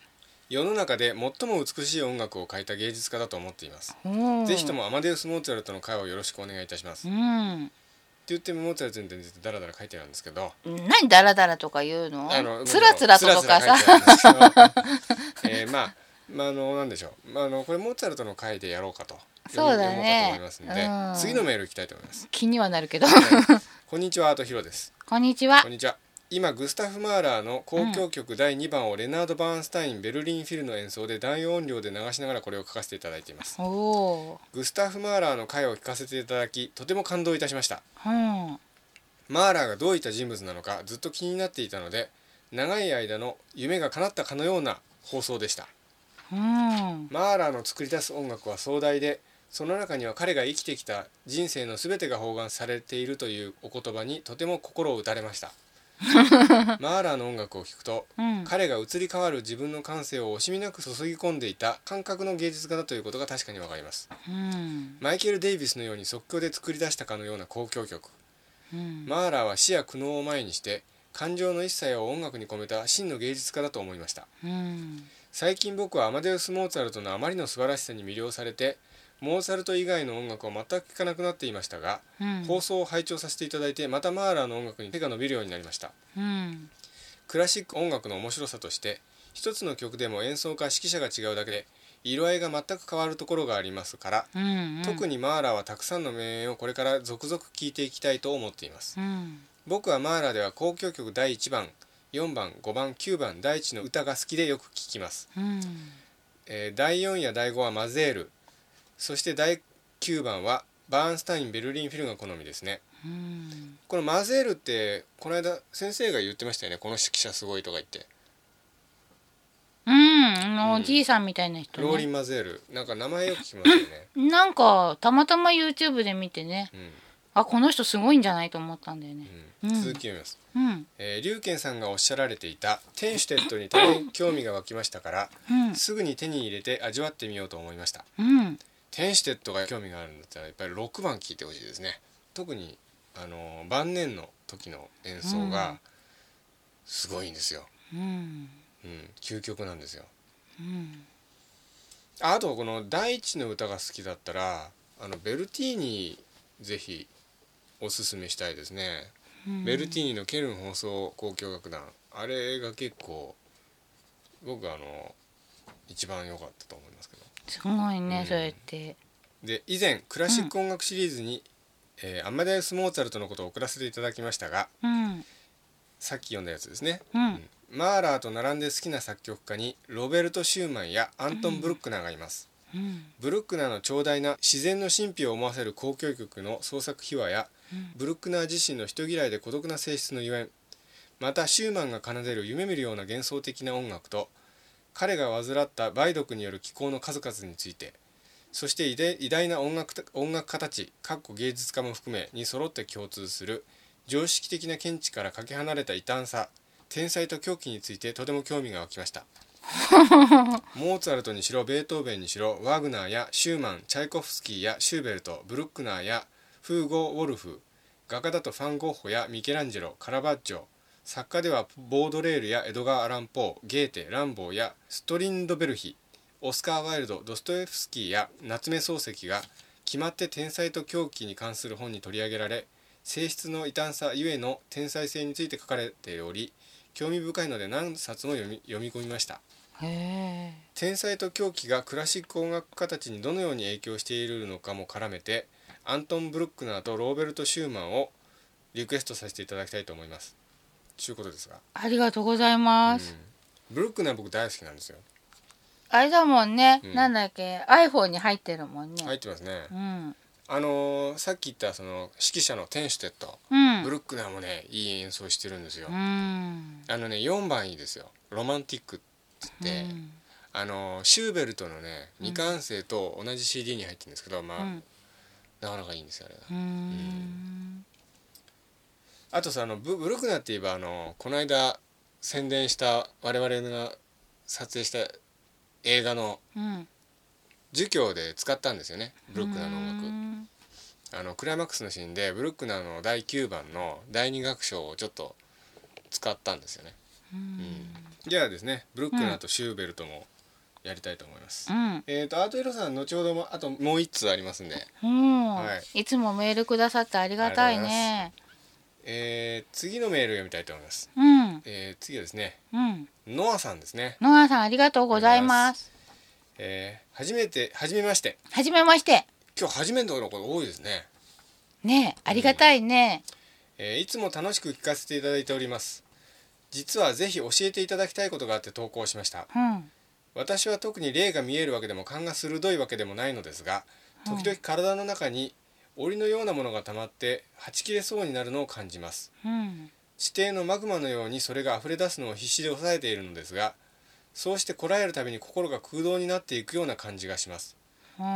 世の中で最も美しい音楽を書いた芸術家だと思っていますうんぜひともアマデウス・モーツァルトの会をよろしくお願いいたします、うってん言ってもモーツァルトについてダラダラ書いてあるんですけど何ダラダラとか言うのあのつらつらととかさつらつら書いてあるんですけどえーまあまああのなんでしょう、まあ、あのこれモーツァルトの会でやろうかとそうだね読もうかと思いますのうで、ん次のメールいきたいと思います、 気にはなるけどはいこんにちはアートヒロですこんにちはこんにちは今グスタフ・マーラーの交響曲第2番をレナード・バーンスタイン・ベルリン・フィルの演奏で大音量で流しながらこれを書かせていただいていますおおグスタフ・マーラーの回を聞かせていただきとても感動いたしましたーうんマーラーがどういった人物なのかずっと気になっていたので長い間の夢が叶ったかのような放送でしたうんマーラーの作り出す音楽は壮大でその中には彼が生きてきた人生の全てが包含されているというお言葉にとても心を打たれましたマーラーの音楽を聴くとうん彼が移り変わる自分の感性を惜しみなく注ぎ込んでいた感覚の芸術家だということが確かにわかりますうんマイケル・デイビスのように即興で作り出したかのような交響曲うんマーラーは死や苦悩を前にして感情の一切を音楽に込めた真の芸術家だと思いましたうん最近僕はアマデウス・モーツァルトのあまりの素晴らしさに魅了されてモーツァルト以外の音楽を全く聴かなくなっていましたがうん放送を拝聴させていただいてまたマーラーの音楽に手が伸びるようになりましたうんクラシック音楽の面白さとして一つの曲でも演奏家指揮者が違うだけで色合いが全く変わるところがありますから、うん特にマーラーはたくさんの名演をこれから続々聴いていきたいと思っていますうん僕はマーラでは交響曲第1番4番5番9番第1の歌が好きでよく聴きます、うんえー第4や第5はマゼールそして第9番はバーンスタインベルリンフィルが好みですねうんこのマゼールってこの間先生が言ってましたよねこの指揮者すごいとか言って、うんあのうおんじいさんみたいな人ローリねン・マゼールなんか名前よく聞きます よねなんかたまたま YouTube で見てねうん、あこの人すごいんじゃないと思ったんだよねうんうん続き読みます、うんえー、リュウケンさんがおっしゃられていた天守テッドに大変興味が湧きましたからうんすぐに手に入れて味わってみようと思いましたうん天使テッドが興味があるんだったらやっぱり6番聴いてほしいですね特にあの晩年の時の演奏うがんすごいんですよ、うんうん究極なんですようんああとこの「第一の歌」が好きだったらあのベルティーニぜひおすすめしたいですね、うんベルティーニのケルン放送交響楽団あれが結構僕あの一番良かったと思いますけどすごいね、うんそうやってで以前クラシック音楽シリーズに、えーアマデウス・モーツァルトのことを送らせていただきましたがうんさっき読んだやつですね、うんマーラーと並んで好きな作曲家にロベルト・シューマンやアントン・ブルックナーがいます、うんブルックナーの長大な自然の神秘を思わせる交響曲の創作秘話や、うんブルックナー自身の人嫌いで孤独な性質のゆえんまたシューマンが奏でる夢見るような幻想的な音楽と彼が患った梅毒による気候の数々についてそして偉大偉大な音楽た音楽家たちかっこ芸術家も含めに揃って共通する常識的な見地からかけ離れた異端さ天才と狂気についてとても興味が湧きましたモーツァルトにしろベートーベンにしろワグナーやシューマンチャイコフスキーやシューベルトブルックナーやフーゴ・ウォルフ画家だとファン・ゴッホやミケランジェロカラバッジョ作家ではボードレールやエドガー・アラン・ポーゲーテ・ランボーやストリンドベルヒオスカー・ワイルドドストエフスキーや夏目漱石が決まって天才と狂気に関する本に取り上げられ性質の異端さゆえの天才性について書かれており興味深いので何冊も読み読み込みましたへえ天才と狂気がクラシック音楽家たちにどのように影響しているのかも絡めてアントン・ブルックナーとローベルト・シューマンをリクエストさせていただきたいと思いますちゅうことですが、ありがとうございます、うんブルックナー僕大好きなんですよあれだもんね、うんなんだっけ iPhone に入ってるもんね、入ってますねうんあのーさっき言ったその指揮者のテンシュテットうんブルックナーもねいい演奏してるんですようんあのね4番いいですよ「ロマンティック」って言って、うんあのーシューベルトのね未完成と同じ CD に入ってるんですけどまあ、うんなかなかいいんですよあれがうーんあとさあのブブルックナーっていえばあのこの間宣伝した我々が撮影した映画のうん儒教で使ったんですよねブルックナーの音楽音あのクライマックスのシーンでブルックナーの第9番の第2楽章をちょっと使ったんですよねじゃあですねブルックナーとシューベルトもやりたいと思います、うんえっとアートイロさん後ほどもあともう1通ありますんでうん、、はいつもメールくださってありがたいねえー次のメールを読みたいと思いますうんえー次はですねうんノアさんですね野川さんありがとうございますえー初めて初めましてはじめまして今日初めてのこと多いですね、ねえありがたいね、えーいつも楽しく聞かせていただいております実はぜひ教えていただきたいことがあって投稿しましたうん、私は特に霊が見えるわけでも勘が鋭いわけでもないのですが時々体の中に檻のようなものが溜まってはち切れそうになるのを感じますうん、地底のマグマのようにそれが溢れ出すのを必死で抑えているのですがそうしてこらえるたびに心が空洞になっていくような感じがします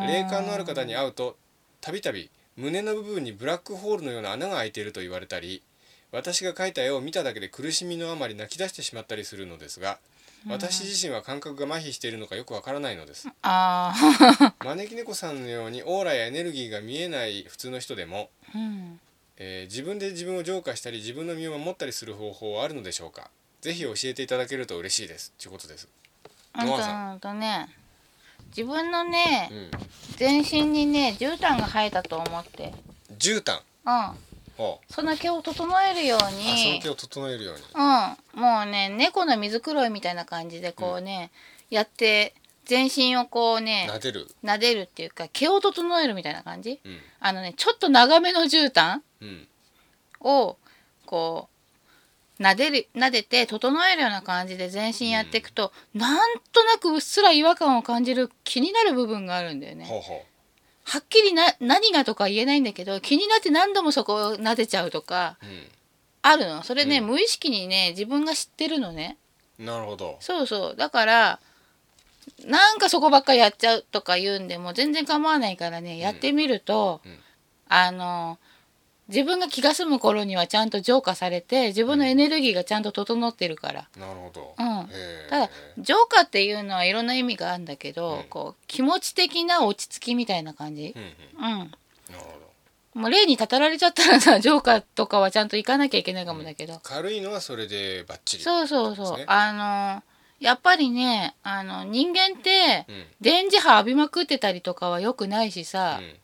霊感のある方に会うとたびたび胸の部分にブラックホールのような穴が開いていると言われたり私が描いた絵を見ただけで苦しみのあまり泣き出してしまったりするのですが私自身は感覚が麻痺しているのかよくわからないのですあ招き猫さんのようにオーラやエネルギーが見えない普通の人でも、ーうんえー自分で自分を浄化したり自分の身を守ったりする方法はあるのでしょうかぜひ教えていただけると嬉しいですということですあん野川たさんほんとね自分のね、うん全身にね絨毯が生えたと思って絨毯うんほうその毛を整えるようあそのに毛を整えるようにうんもうね猫の水黒いみたいな感じでこうね、やって全身をこうね撫でる撫でるっていうか毛を整えるみたいな感じうんあのねちょっと長めの絨毯うんをこう撫でる撫でて整えるような感じで全身やっていくと、なんとなくうっすら違和感を感じる気になる部分があるんだよね。ほうほうはっきりな何がとか言えないんだけど気になって何度もそこを撫でちゃうとかうあるのそれね、うん無意識にね自分が知ってるのねん、なるほど。そうそうだからなんかそこばっかやっちゃうとか言うんでも全然構わないからねやってみると、うんあの自分が気が済む頃にはちゃんと浄化されて自分のエネルギーがちゃんと整ってるから。なるほど。うんへえただ浄化っていうのはいろんな意味があるんだけど、うんこう気持ち的な落ち着きみたいな感じう、んうん、うん、なるほど。もう例にたたられちゃったらさジ ョーカーとかはちゃんと行かなきゃいけないかもだけど、軽いのはそれでバッチリ。う。そうそうそう、そうですねあのやっぱりねあの人間ってん。電磁波浴びまくってたりとかはよくないしさ、う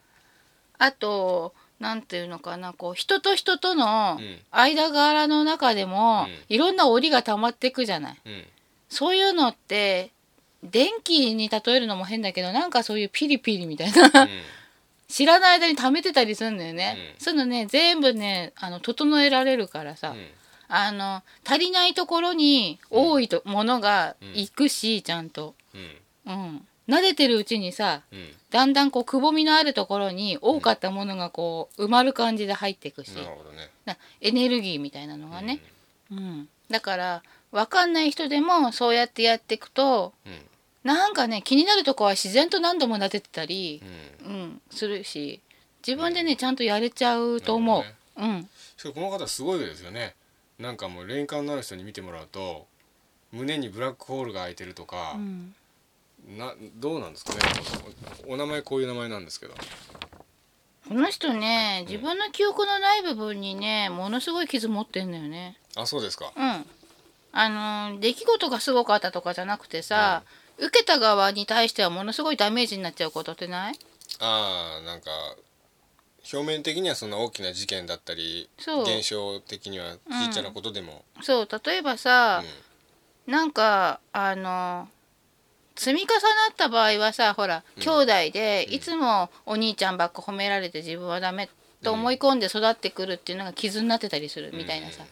あとなんていうのかなこう人と人とのうん間柄の中でも、うんいろんな檻が溜まってくじゃない。ん。うん。そういうのって電気に例えるのも変だけどなんかそういうピリピリみたいな うん知らない間に溜めてたりするんだよね、うんそういうのね全部ねあの整えられるからさ、うん。あの足りないところに多いと、ものがうん行くしちゃんと、うん。うん、撫でてるうちにさうん。だんだんこうくぼみのあるところに多かったものがこう埋まる感じで入っていくし、なるほどね。なエネルギーみたいなのがね、うん、だから分かんない人でもそうやってやっていくとうん。うん。なんかね気になるとこは自然と何度も撫でてたりうう、ん。ん、するし自分でねちゃんとやれちゃうと思う、なるうんしかもこの方すごいですよね。なんかもう霊感のある人に見てもらうと。胸にブラックホールが開いてるとか、うん、などうなんですかねおお名前こういう名前なんですけどこの人ね自分の記憶のない部分にねものすごい傷持ってんだよねあそうですかうん、あのー出来事がすごくあったとかじゃなくてさ、受けた側に対してはものすごいダメージになっちゃうことってないああなんか表面的にはそんな大きな事件だったりそう現象的にはちっちゃなことでも、そう例えばうんさ、なんかあの積み重なった場合はさほらん兄弟でいつもお兄ちゃんばっか褒められて自分はダメと思い込んで育ってくるっていうのが傷になってたりするみたいなさ、うん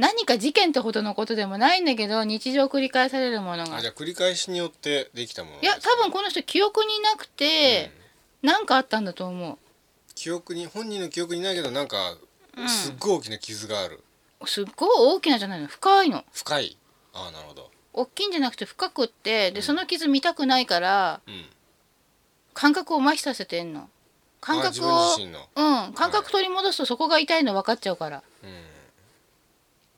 何か事件ってほどのことでもないんだけど日常繰り返されるものがあいじゃあ繰り返しによってできたものなんやですか多分この人記憶になくてうん何、かあったんだと思記憶に本人の記憶にないけどなんかうんすっごい大きな傷がある、うすっごい大きなじゃないの深いの深いああなるほど大きいんじゃなくて深くってでその傷見たくないからうん感覚を麻痺させてんの感あ自覚を分自身のうん感覚取り戻すとそこが痛いの分かっちゃうから、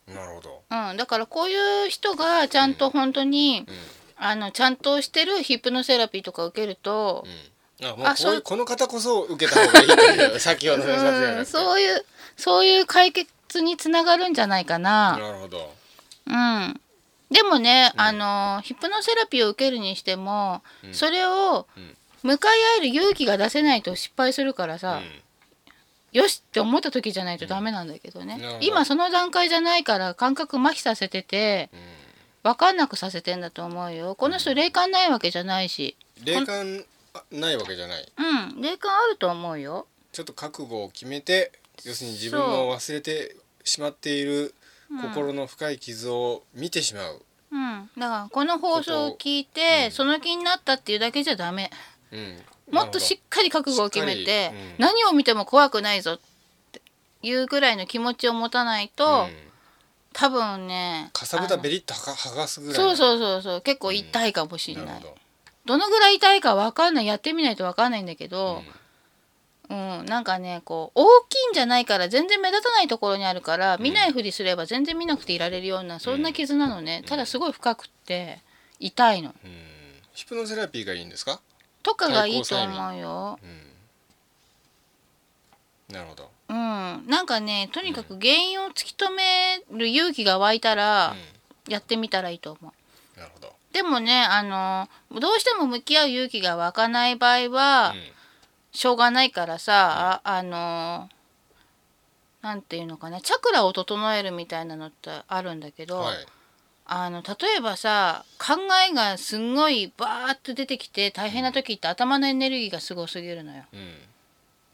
うんなるほどうん、だからこういう人がちゃんと本当に、うんあのちゃんとしてるヒップのセラピーとか受けると、うんあもうあこうそいううこの方こそ受けた方がいいと いう先ほどのやつじゃう、なんくてそういうそういう解決につながるんじゃないかな。なるほどうんでもね、うんあのヒップノセラピーを受けるにしても、うんそれをうん向かい合える勇気が出せないと失敗するからうさ、んよしって思った時じゃないとダメなんだけどね、うんなるほど今その段階じゃないから感覚麻痺させててうん分かんなくさせてんだと思うよこの人霊感ないわけじゃないし霊感あないわけじゃないうん霊感あると思うよちょっと覚悟を決めて要するに自分の忘れてしまっている心の深い傷を見てしまう、うんだからこの放送を聞いて、その気になったっていうだけじゃダメうん、もっとしっかり覚悟を決めしってかりうん何を見ても怖くないぞっていうぐらいの気持ちを持たないと、うん多分ねかさぶたベリッとはが剥がすぐあらのいそううそうそうそう結構痛いかもしれなないるほどどのぐらい痛いか分かんないやってみないと分かんないんだけど、うんなんかねこう大きいんじゃないから全然目立たないところにあるから見ないふりすれば全然見なくていられるようなそんな傷なのね、ただすごい深くって痛いのうんヒプノセラピーがいいんですか、とかがいいと思うよ。うん、なるほど、うん、なんかねとにかく原因を突き止める勇気が湧いたらうやってみたらいいと思う。ん、なるほど、でもねあのどうしても向き合う勇気が湧かない場合は、うしょうがないからさ、ああのーなんていうのかなチャクラを整えるみたいなのってあるんだけど、ん、はいあの例えばさ考えがすんごいバーッと出てきて大変な時って頭のエネルギーがすごすぎるのよ。うん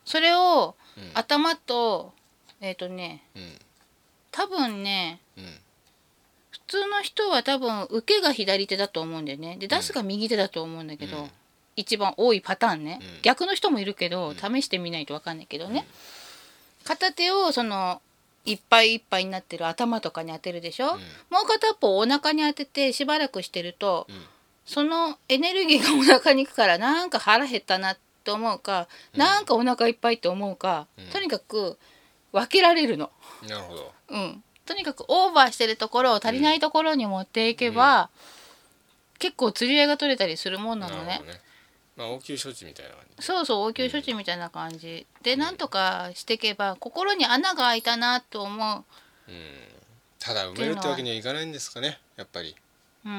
それをうん頭とえっ、とねうん多分ねうん普通の人は多分受けが左手だと思うんだよねで出すが右手だと思うんだけど、うん一番多いパターンね、うん逆の人もいるけど試してみないと分かんないけどね、片手をそのいっぱいいっぱいになってる頭とかに当てるでしょ、うんもう片っぽをお腹に当ててしばらくしてると、うんそのエネルギーがお腹にいくからなんか腹減ったなって思うか、なんかお腹いっぱいって思うか、うんとにかく分けられるの。なるほどうん、とにかくオーバーしてるところを足りないところに持っていけば、結構釣り合いが取れたりするもんなのるねほどねまあ応急処置みたいな感じそうそう応急処置みたいな感じ、でなんとかしていけば心に穴が開いたなと思うんただ埋めるってわけにはいかないんですかねやっぱりう、うんう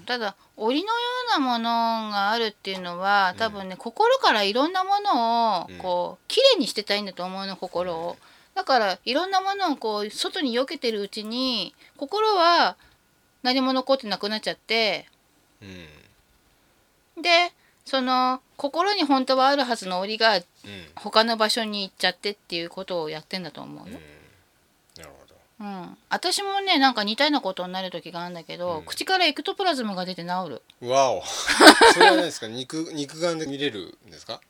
んただ檻のようなものがあるっていうのは多分ね、心からいろんなものをうんこう綺麗にしてたいんだと思うの心を。だからいろんなものをこう外に避けてるうちに心は何も残ってなくなっちゃってうんでその心に本当はあるはずの檻がうん他の場所に行っちゃってっていうことをやってんだと思うよ。うんなるほどうん、私もねなんか似たようなことになる時があるんだけど、うん口からエクトプラズムが出て治るわ おそれはないですか肉肉眼で見れるんですか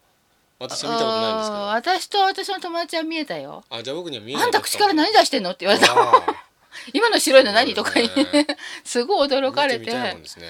私は見たことないんですけあーど私と私の友達は見えたよあじゃあ僕には見えないあんた口から何出してんのって言われたわ今の白いの何とかにそうですねすごいあ驚かれ見てみたいもてんですね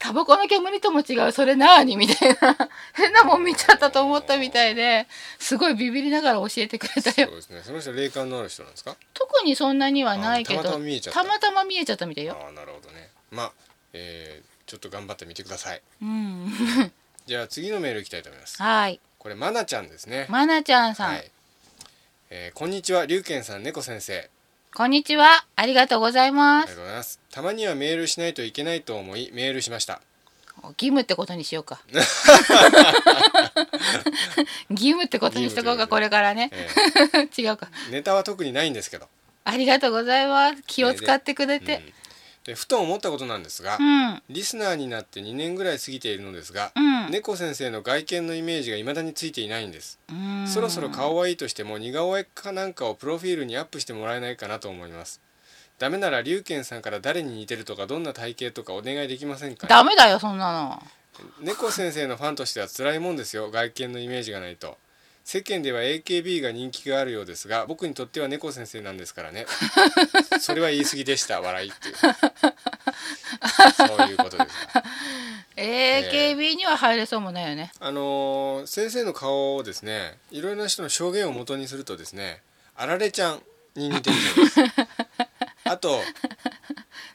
タバコの煙とも違うそれなーにみたいな 変なもん見ちゃったと思ったみたいですごいビビりながら教えてくれたそようですねその人霊感のある人なんですか特にそんなにはないけどあたまたま見えちゃったたまたま見えちゃったみたいよ。ああなるほどねまあえー、ちょっと頑張ってみてくださいうん、じゃあ次のメールいきたいと思いますはい、これまなちゃんですねまなちゃんさん、はい、えーこんにちは龍賢さん猫先生こんにちは。ありがとうございまりがす。とうございますたまにはメールしないといけないと思いメールしました義務ってことにしよう か。義務ってことにしとこうか、義務ということでこれからね。え 違うか。ネタは特にないんですけど、ありがとうございます。気を使ってくれうんて。でふと思ったことなんですが、うん。リスナーになって2年ぐらい過ぎているのですが、うん猫先生の外見のイメージが未だについていないんです、うんそろそろ顔はいいとしても似顔絵かなんかをプロフィールにアップしてもらえないかなと思いますダメなら龍賢さんから誰に似てるとかどんな体型とかお願いできませんかダメだよ、そんなの。猫先生のファンとしては辛いもんですよ外見のイメージがないと世間では AKB が人気があるようですが僕にとっては猫先生なんですからねそれは言い過ぎでした笑いっていうそういうことです AKB には入れそうもないよね。あのー先生の顔をですねいろいろな人の証言を元にするとですねあられちゃんに似てるそうですあと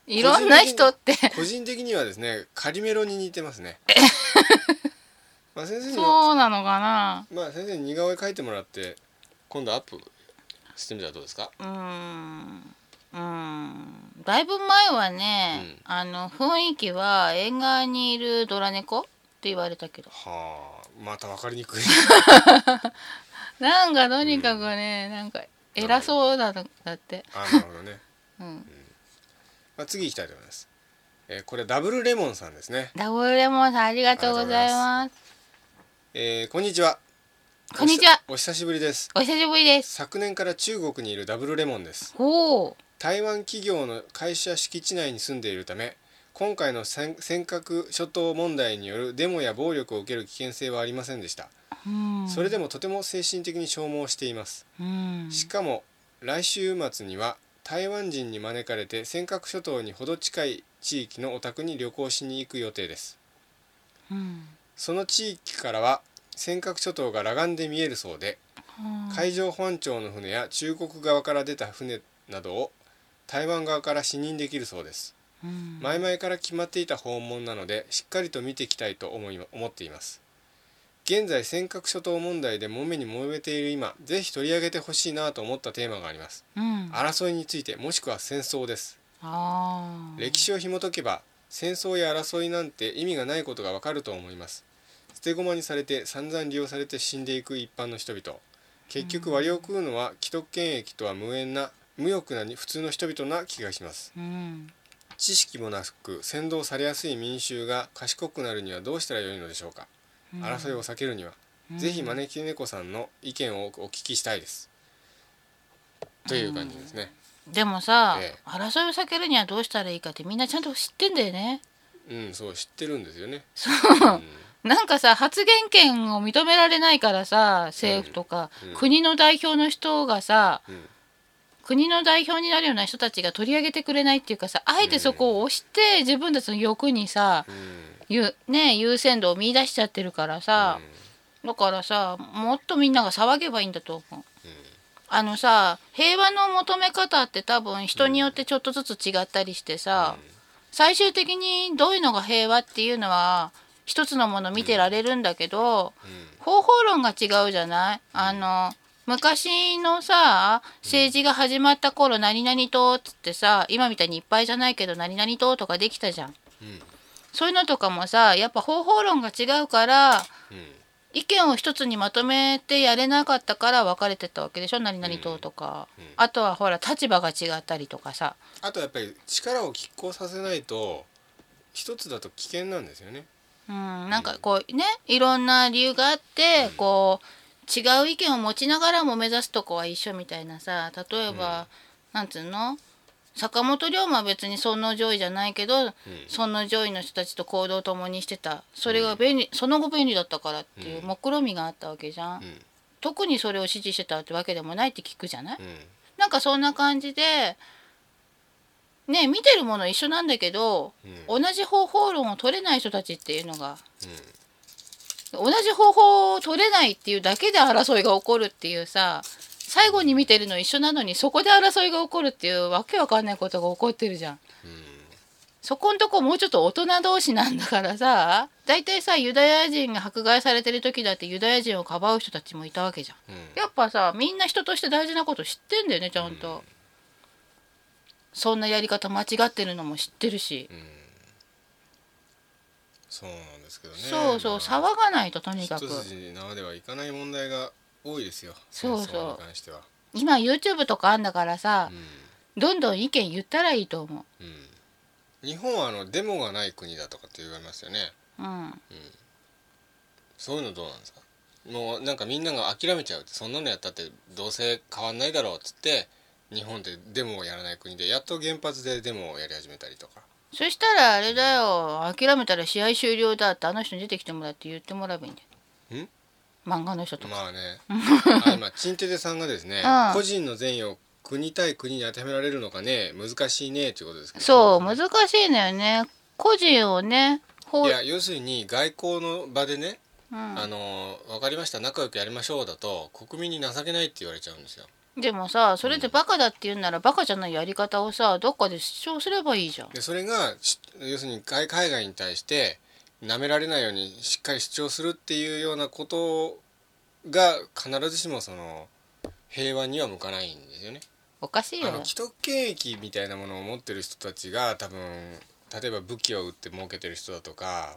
いろんな人って。個人的にはですねカリメロに似てますねまあ先生にもそうなのかな。まあ先生に似顔絵描いてもらって今度アップしてみたらどうですかうーんうーんだいぶ前はね、あの雰囲気は縁側にいるドラ猫って言われたけどはあまた分かりにくい なんかとにかくね、なんか偉そうだのだって、あなるほどね、うん、まあ、次行きたいと思います、えーこれダブルレモンさんですね、ダブルレモンさんありがとうございますえーこんにちはこんにちはお久しぶりですお久しぶりです昨年から中国にいるダブルレモンですおお台湾企業の会社敷地内に住んでいるため今回の尖尖閣諸島問題によるデモや暴力を受ける危険性はありませんでしたうんそれでもとても精神的に消耗していますうんしかも来週末には台湾人に招かれて尖閣諸島にほど近い地域のお宅に旅行しに行く予定ですうんその地域からは尖閣諸島が裸眼で見えるそうで海上保安庁の船や中国側から出た船などを台湾側から視認できるそうですうん前々から決まっていた訪問なのでしっかりと見ていきたいと思い思っています現在尖閣諸島問題で揉めに揉めている今ぜひ取り上げてほしいなと思ったテーマがありますうんあ争いについてもしくは戦争ですあー歴史を紐解けば戦争や争いなんて意味がないことがわかると思います捨て駒にされて散々利用されて死んでいく一般の人々結局割を食うのは既得権益とは無縁な無欲な普通の人々な気がしますうん知識もなく扇動されやすい民衆が賢くなるにはどうしたらよいのでしょうか争いを避けるには、ぜひ招き猫さんの意見をお聞きしたいです、という感じですねでもさ、ええ争いを避けるにはどうしたらいいかってみんなちゃんと知ってんだよねうん、そう知ってるんですよね。そうんなんかさ発言権を認められないからさ政府とか、うんうん国の代表の人がさうん国の代表になるような人たちが取り上げてくれないっていうかさあえてそこを押して自分たちの欲にさ、うんゆね、優先度を見出しちゃってるからさ、だからさもっとみんなが騒げばいいんだと思う。あのさ平和の求め方って多分人によってちょっとずつ違ったりしてさ、最終的にどういうのが平和っていうのは一つのもの見てられるんだけど、方法論が違うじゃないあの昔のさ政治が始まった頃何々党っつってさ今みたいにいっぱいじゃないけど何々党とかできたじゃん。うんそういうのとかもさやっぱ方法論が違うからうん意見を一つにまとめてやれなかったから分かれてったわけでしょ何々党とか、うんうんあとはほら立場が違ったりとかさあとやっぱり力を拮抗させないと一つだと危険なんですよね。うんなんかこうねいろんな理由があって、こう違う意見を持ちながらも目指すとこは一緒みたいなさ例えば、なんつうの坂本龍馬は別に尊王攘夷じゃないけどうん尊王攘夷の人たちと行動を共にしてたそれが便利、その後便利だったからっていう目論見みがあったわけじゃん、うん特にそれを支持してたってわけでもないって聞くじゃない、うんなんかそんな感じでね見てるもの一緒なんだけど、うん同じ方法論を取れない人たちっていうのが同じ方法を取れないっていうだけで争いが起こるっていうさ最後に見てるの一緒なのにそこで争いが起こるっていうわけわかんないことが起こってるじゃん。そこんとこもうちょっと大人同士なんだからさ大体さユダヤ人が迫害されてる時だってユダヤ人をかばう人たちもいたわけじゃん。うんやっぱさみんな人として大事なこと知ってんだよねちゃんと。そんなやり方間違ってるのも知ってるし、うんそうなんですけどねそうそう、騒ががないととにかく一筋縄ではいかない問題が多いですよそうそう戦争に関しては今 YouTube とかあんだからさう、どんどん意見言ったらいいと思ん、うん、日本はあのデモがない国だとかって言われますよねう、うん、そういうのどうなんですかもうなんかみんなが諦めちゃうってそんなのやったってどうせ変わんないだろうっつって日本ってデモをやらない国でやっと原発でデモをやり始めたりとかそしたらあれだよ諦めたら試合終了だってあの人に出てきてもらって言ってもらえばいいんだよん漫画の人とか、ま あねあ今チンテテさんがですねうん個人の善意を国対国に当てはめられるのかね難しいねっていうことですけどそう難しいのよね個人をね法いや要するに外交の場でね、うんあの分かりました仲良くやりましょうだと国民に情けないって言われちゃうんですよでもさそれでバカだって言うんならバカじゃないやり方をさどっかで主張すればいいじゃんでそれがし要するに海海外に対してなめられないようにしっかり主張するっていうようなことが必ずしもその平和には向かないんですよね。おかしいあよの既得権益みたいなものを持ってる人たちが多分例えば武器を売って儲けてる人だとか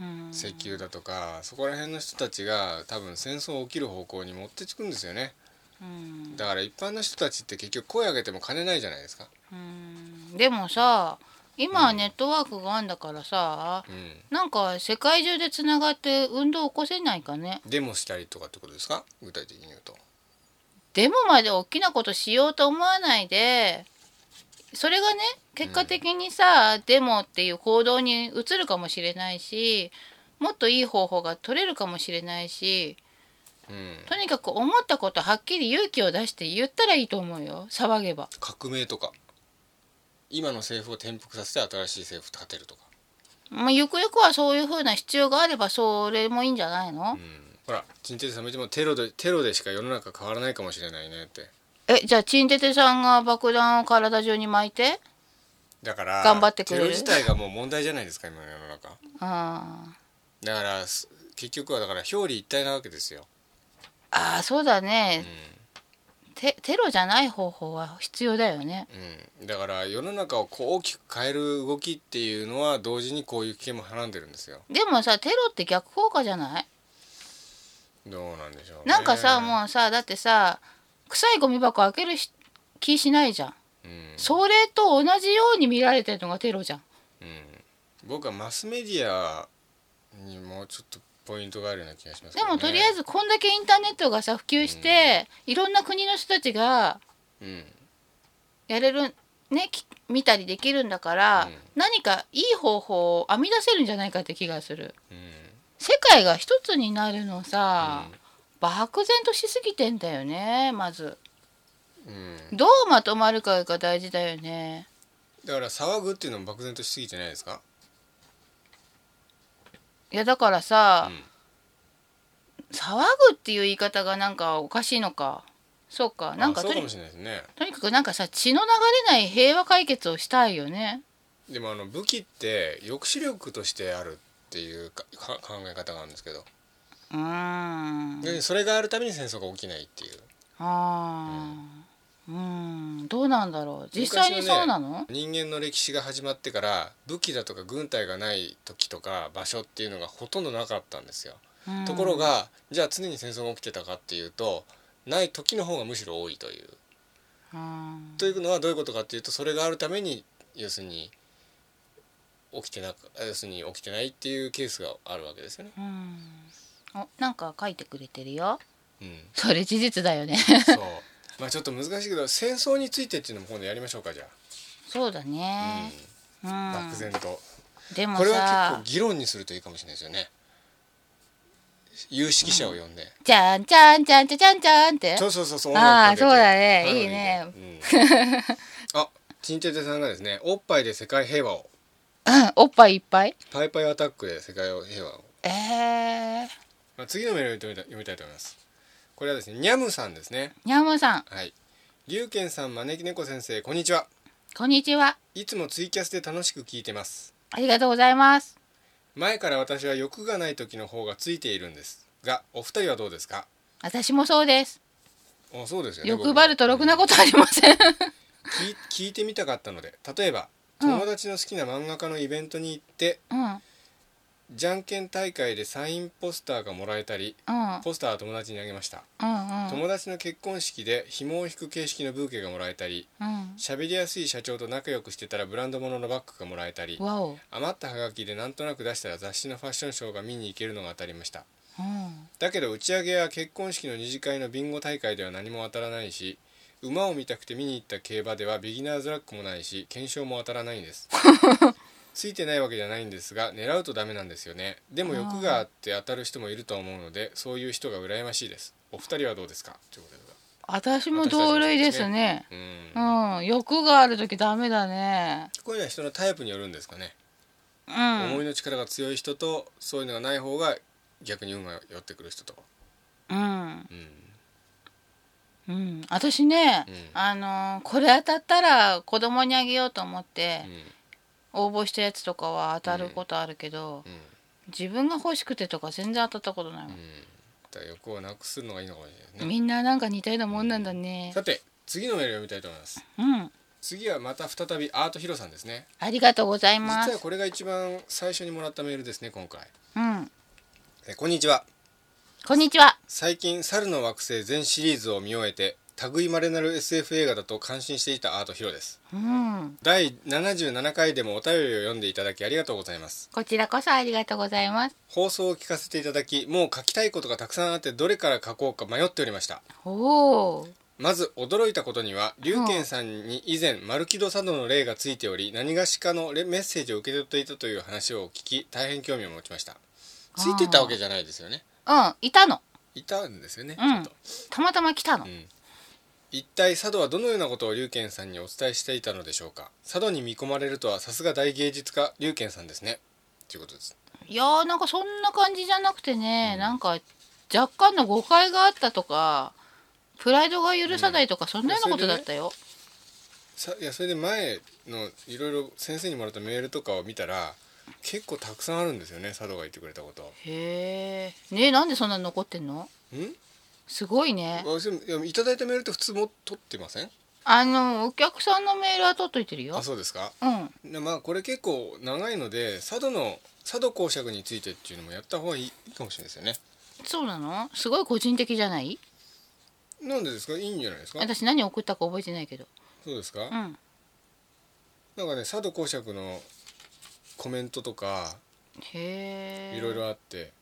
うん石油だとかそこら辺の人たちが多分戦争を起きる方向に持っていくんですよねうんだから一般の人たちって結局声上げても金ないじゃないですか。うんでもさ今はネットワークがあんだからさうん、なんか世界中でつながって運動起こせないかねデモしたりとかってことですか具体的に言うと。デモまで大きなことしようと思わないでそれがね結果的にさ、デモっていう行動に移るかもしれないしもっといい方法が取れるかもしれないしうんとにかく思ったことはっきり勇気を出して言ったらいいと思うよ騒げば革命とか今の政府を転覆させて新しい政府立てるとか、まあゆくゆくはそういうふうな必要があればそれもいいんじゃないのうん、ほら陳哲さん見てもテロでテロでしか世の中変わらないかもしれないねってえじゃあチンテテさんが爆弾を体中に巻いてだから頑張ってくれるテロ自体がもう問題じゃないですか今の世の中あだからす結局はだから表裏一体なわけですよ、あーそうだうねんテテロじゃない方法は必要だよねうん、だから世の中をこう大きく変える動きっていうのは同時にこういう危険もはらんでるんですよでもさテロって逆効果じゃないどうなんでしょうねなんかさもうさだってさ臭いゴミ箱開けるし気しないじゃんう、うんそれと同じように見られてるのがテロじゃんうん、僕はマスメディアにもうちょっとポイントがあるような気がしますでけど、ね、もとりあえずこんだけインターネットがさ普及して、いろんな国の人たちがうん、やれるねき見たりできるんだから、うん何かいい方法を編み出せるんじゃないかって気がするうん世界が一つになるのさ、漠然としすぎてんだよねまずうん、どうまとまるかが大事だよねだから騒ぐっていうのも漠然としすぎてないですか、いやだからうさ、ん、騒ぐっていう言い方がなんかおかしいのかそうかなんかあそとうかにもしれないですねとにかくなんかさ血の流れない平和解決をしたいよねでもあの武器って抑止力としてあるっていうかか考え方があるんですけど、うーんでそれがあるために戦争が起きないっていうあーうんどうなんだろう実際にそうなの、人間の歴史が始まってから武器だとか軍隊がない時とか場所っていうのがほとんどなかったんですようんところがじゃあ常に戦争が起きてたかっていうとない時の方がむしろ多いという。うんというのはどういうことかっていうとそれがあるために要するに起きてなか要するに起きてないっていうケースがあるわけですよね。うんおなんか書いてくれてるようん、それ事実だよ ねそうまあちょっと難しいけど戦争についてっていうのも今度やりましょうかじゃそうだあ、ねうんうん、漠然と、でもこれは結さ構議論にするといいかもしれないですよね。有識者を呼んで、じゃんじゃんじゃんじゃんじゃんじゃんってそうそうそうそうあー音楽かけてそうだねパロディいいねでうんあ ちんててさんがですねおっぱいで世界平和をうんおっぱいいっぱいパイパイアタックで世界平和をえー、まあ、次のメールを読みた読みたいと思いますこれはですねにゃむさんですねにゃんもさんはい龍賢さん招き猫先生こんにちはこんにちはいつもツイキャスで楽しく聞いてますありがとうございます前から私は欲がない時の方がついているんですがお二人はどうですか私もそうですあそうですよね欲張るとろくなことありません僕聞い聞いてみたかったので例えば友達の好きな漫画家のイベントに行って、うんうんじゃんけん大会でサインポスターがもらえたりうんポスターは友達にあげました、うん友達の結婚式で紐を引く形式のブーケがもらえたりうん喋りやすい社長と仲良くしてたらブランド物のバッグがもらえたりわお余ったハガキでなんとなく出したら雑誌のファッションショーが見に行けるのが当たりましたうんだけど打ち上げや結婚式の二次会のビンゴ大会では何も当たらないし馬を見たくて見に行った競馬ではビギナーズラックもないし検証も当たらないんです ついてないわけじゃないんですが狙うとダメなんですよねでも欲があって当たる人もいると思うのでそういう人が羨ましいですお二人はどうですかということで私も同類ですねう、うんん欲がある時ダメだねこういうのは人のタイプによるんですかね、う思んいの力が強い人とそういうのがない方が逆に運が寄ってくる人とうんうんうん私ねうんあのーこれ当たったら子供にあげようと思っうてん応募したやつとかは当たることあるけどうん自分が欲しくてとか全然当たったことないうん、だから欲をなくすのがいいのかもしれないねみんななんか似たようなもんなんだねさて次のメールを読みたいと思いますうん次はまた再びアートヒロさんですねありがとうございま実はすこれが一番最初にもらったメールですね今回うんえこんにちはこんにちは最近猿の惑星全シリーズを見終えて類まれなる SF 映画だと感心していたアートヒロですうん第77回でもお便りを読んでいただきありがとうございますこちらこそありがとうございます放送を聞かせていただきもう書きたいことがたくさんあってどれから書こうか迷っておりましたおおまず驚いたことには龍賢さんに以前丸木戸佐渡の霊がついており何がしかのレメッセージを受け取っていたという話を聞き大変興味を持ちましたついてたわけじゃないですよねうんいたのいたんですよね、うんちょっと、たまたま来たのうん、一体佐渡はどのようなことを龍賢さんにお伝えしていたのでしょうか佐渡に見込まれるとはさすが大芸術家龍賢さんですねということですいやーなんかそんな感じじゃなくてね、なんか若干の誤解があったとかプライドが許さないとか、そんなようなことだったよ、さいやそれで前のいろいろ先生にもらったメールとかを見たら結構たくさんあるんですよね佐渡が言ってくれたことへえねえなんでそんなの残ってんのんすごいね私もいやいただいたメールって普通も取ってませんあのお客さんのメールは取っといてるよあそうですかうんでまあこれ結構長いので佐渡の佐渡公爵についてっていうのもやった方がいいかもしれないですよねそうなのすごい個人的じゃないなんでですかいいんじゃないですか私何送ったか覚えてないけどそうですか、うんなんかね佐渡公爵のコメントとかへえいろいろあって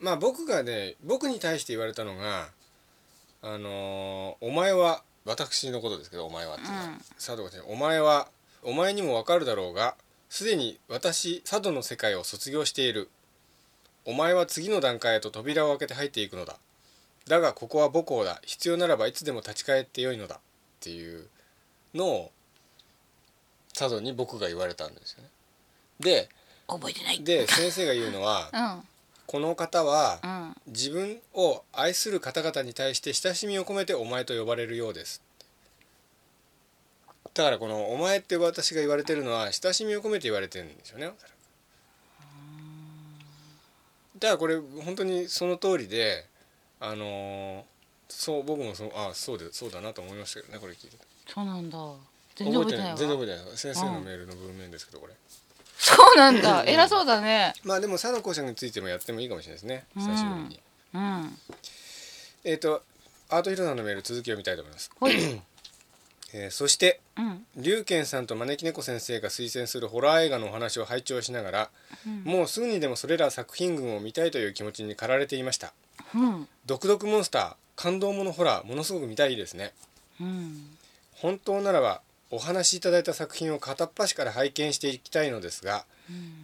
まあ僕がね僕に対して言われたのが「あのーお前は私のことですけどお前は」っていうのは、うん佐渡がねお前はお前にもわかるだろうがすでに私佐渡の世界を卒業しているお前は次の段階へと扉を開けて入っていくのだだがここは母校だ必要ならばいつでも立ち返ってよいのだ」っていうのを佐渡に僕が言われたんですよね。で覚えてないで先生が言うのはうんこの方はうん自分を愛する方々に対して親しみを込めて「お前」と呼ばれるようですだからこの「お前」って私が言われてるのは親しみを込めて言われてるんでしょうねおそらくだからこれ本当にその通りであのーそう僕もそうあそうでそうだなと思いましたけどねこれ聞いててそうなんだ全然覚えてないわ全然覚えてない先生のメールの文面ですけどこれそうなんだ偉そうだねまあでも佐野校舎についてもやってもいいかもしれないですね久しぶりに。うんえっ、とアートヒロさんのメール続きを見たいと思います、ほいえーそしてうん龍賢さんと招き猫先生が推薦するホラー映画のお話を拝聴しながら、もうすぐにでもそれら作品群を見たいという気持ちに駆られていましたうん「ドクドクモンスター」感動ものホラーものすごく見たいですねうん本当ならばお話しいただいた作品を片っ端から拝見していきたいのですが、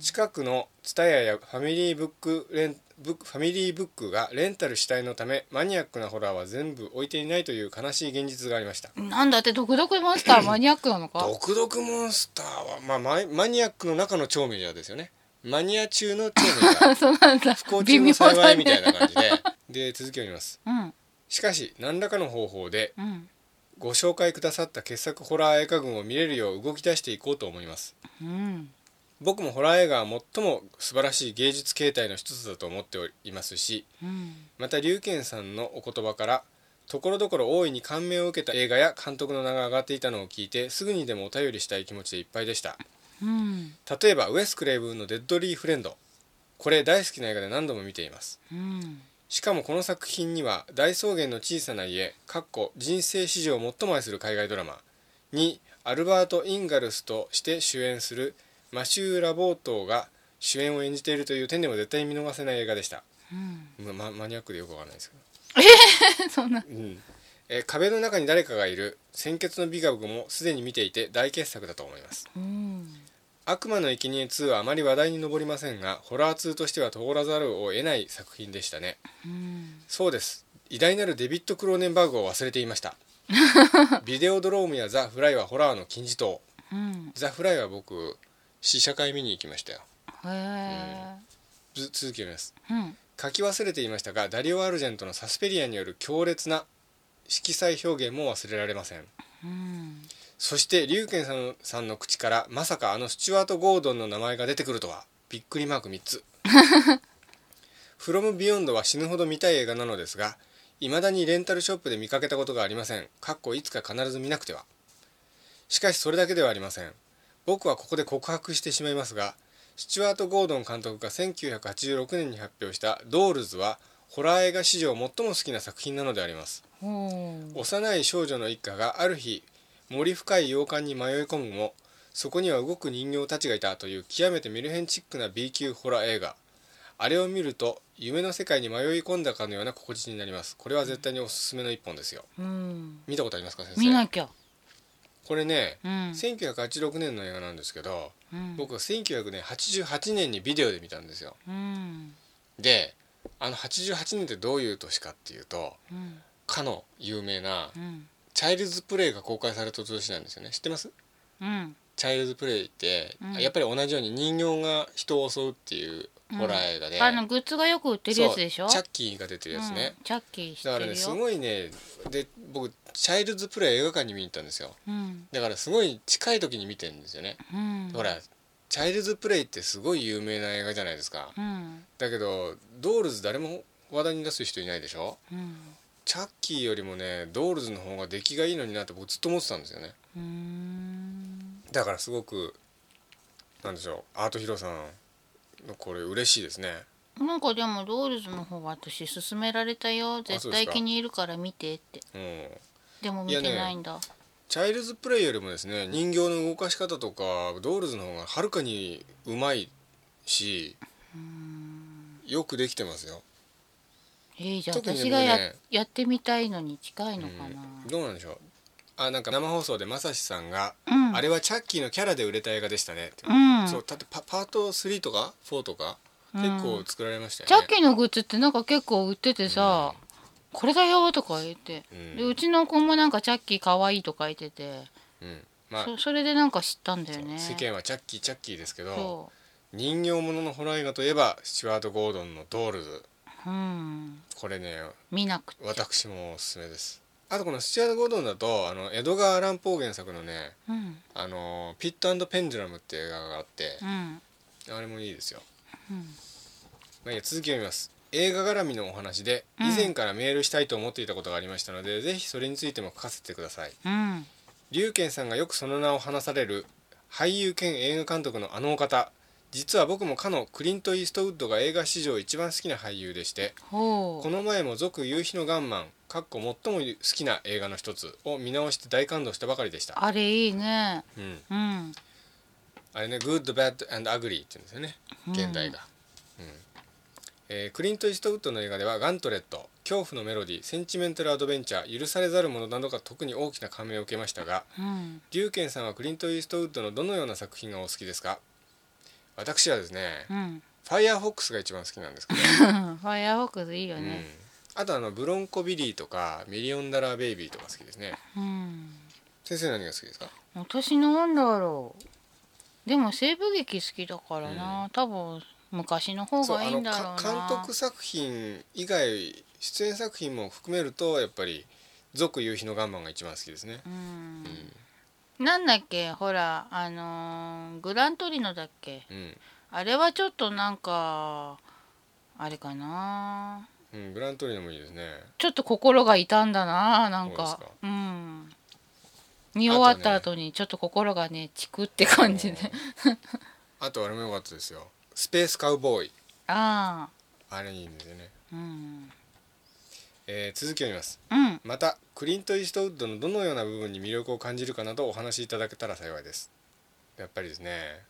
近くの TSUTAYA やファミリーブックレンブックファミリーブックがレンタル主体のためマニアックなホラーは全部置いていないという悲しい現実がありましたなんだって独特モンスターマニアックなのか毒毒モンスターは、まあ、マイマニアックの中の超メジャーですよねマニア中の超メジ ャーそうなんだ不幸微中妙の幸だいみたいねな感じで、で続きを見ますうんしかし何らかの方法でうんご紹介くださった傑作ホラー映画群を見れるよう動き出していこうと思いますうん僕もホラー映画は最も素晴らしい芸術形態の一つだと思っておりますしうんまた龍賢さんのお言葉からところどころ大いに感銘を受けた映画や監督の名が上がっていたのを聞いてすぐにでもお便りしたい気持ちでいっぱいでしたうん例えばウエス・クレイブンの「デッドリー・フレンド」これ大好きな映画で何度も見ていますうんしかもこの作品には大草原の小さな家かっこ人生史上最も愛する海外ドラマにアルバート・インガルスとして主演するマシュー・ラボートーが主演を演じているという点でも絶対見逃せない映画でした、うんままマニアックでよくわかんないですけどそんなうんえー壁の中に誰かがいる「鮮血の美学」もすでに見ていて大傑作だと思いますうん「悪魔の生贄2」はあまり話題に上りませんがホラー2としては通らざるを得ない作品でしたねうんそうです偉大なるデビッド・クローネンバーグを忘れていましたビデオドロームやザ・フライはホラーの金字塔うんザ・フライは僕試写会見に行きましたよへえず続きを見ますうん書き忘れていましたがダリオ・アルジェントのサスペリアによる強烈な色彩表現も忘れられませんうんそして龍拳さんさんの口からまさかあのスチュワート・ゴードンの名前が出てくるとはびっくりマーク3つ「フロム・ビヨンド」は死ぬほど見たい映画なのですがいまだにレンタルショップで見かけたことがありませんかっこいつか必ず見なくてはしかしそれだけではありません僕はここで告白してしまいますがスチュワート・ゴードン監督が1986年に発表した「ドールズ」はホラー映画史上最も好きな作品なのでありますほう幼い少女の一家がある日森深い洋館に迷い込むもそこには動く人形たちがいたという極めてメルヘンチックな B 級ホラー映画あれを見ると夢の世界に迷い込んだかのような心地になりますこれは絶対におすすめの一本ですようん見たことありますか先生見なきゃこれね、うん1986年の映画なんですけどうん僕は1988年にビデオで見たんですようんであの88年ってどういう年かっていうとうんかの有名なうんチャイルズプレイが公開された年なんですよね知ってますうんチャイルズプレイって、うんやっぱり同じように人形が人を襲うっていうホラー映画で、あのグッズがよく売ってるやつでしょそうチャッキーが出てるやつねう、んチャッキー知だっかてらるねよすごいねで僕チャイルズプレイ映画館に見に行ったんですようんだからすごい近い時に見てるんですよね、うんほらチャイルズプレイってすごい有名な映画じゃないですかうんだけどドールズ誰も話題に出す人いないでしょうんチャッキーよりもねドールズの方が出来がいいのになって僕ずっと思ってたんですよねうーんだからすごくなんでしょうアートヒロさんのこれ嬉しいですねなんかでもドールズの方は私勧められたよですか絶対気に入るから見てってうんでも見てないんだチャイルズプレイよりもですね人形の動かし方とかドールズの方がはるかにうまいしよくできてますよ、えー、じゃあ特にね私がや,、もうねやってみたいのに近いうのかな、ん、どうなんでしょうあなんか生放送でまさしさんが、うんあれはチャッキーのキャラで売れた映画でしたね」って、うんそうだってパパート3とか4とかうん結構作られましたチャよッね、キーのグッズってなんか結構売っててさ、これだよとか言って、うんでうちの子もなんかチャッキー可愛いとか言ってて、うんまあそそれでなんか知ったんだよね世間はチャッキーチャッキーですけどそ人形もののホラー映画といえばスチュワート・ゴードンの「ドールズううん」これね見なくて私もおすすめですあとこのスチュワート・ゴードンだとあのエドガー・アラン・ポー原作のねうん「あのピットペンデュラム」って映画があってうんあれもいいですよ、うんまあ、いいや続きを見ます映画絡みのお話で以うん前からメールしたいと思っていたことがありましたので、ぜひそれについても書かせてくださいうん龍拳さんがよくその名を話される俳優兼映画監督のあのお方実は僕もかのクリント・イーストウッドが映画史上一番好きな俳優でしてほこの前も「続夕日のガンマン」かっこ最も好きな映画の一つを見直して大感動したばかりでした、あれいいねうん、うんあれね「Good, Bad and Ugly」って言うんですよね現代が、うんえークリント・イーストウッドの映画では「ガントレット」「恐怖のメロディ」「センチメンタル・アドベンチャー」「許されざるもの」などが特に大きな感銘を受けましたがうん龍拳さんはクリント・イーストウッドのどのような作品がお好きですか私はですねう「んファイアーフォックス」が一番好きなんですけど、ファイアフォックスいいようんね、あとあの「ブロンコ・ビリー」とか「ミリオン・ダラー・ベイビー」とか好きですねうん先生何が好きですか私なんだろうでも西部劇好きだからな、多分昔の方そうがあいいのんだろうかな監督作品以外出演作品も含めるとやっぱり「続夕日のガンマン」が一番好きですねうん、なんだっけほらあのーグラントリノだっけうんあれはちょっとなんかあれかなうん、ブラントリーノもいいですねちょっと心が痛んだななんそうかですかうん見終わった後にちょっと心がねチクって感じであとあれも良かったですよスペースカウボーイ あああれいいんですよね、うんえー続きを読みますうんまたクリント・イーストウッドのどのような部分に魅力を感じるかなどお話しいただけたら幸いですやっぱりですね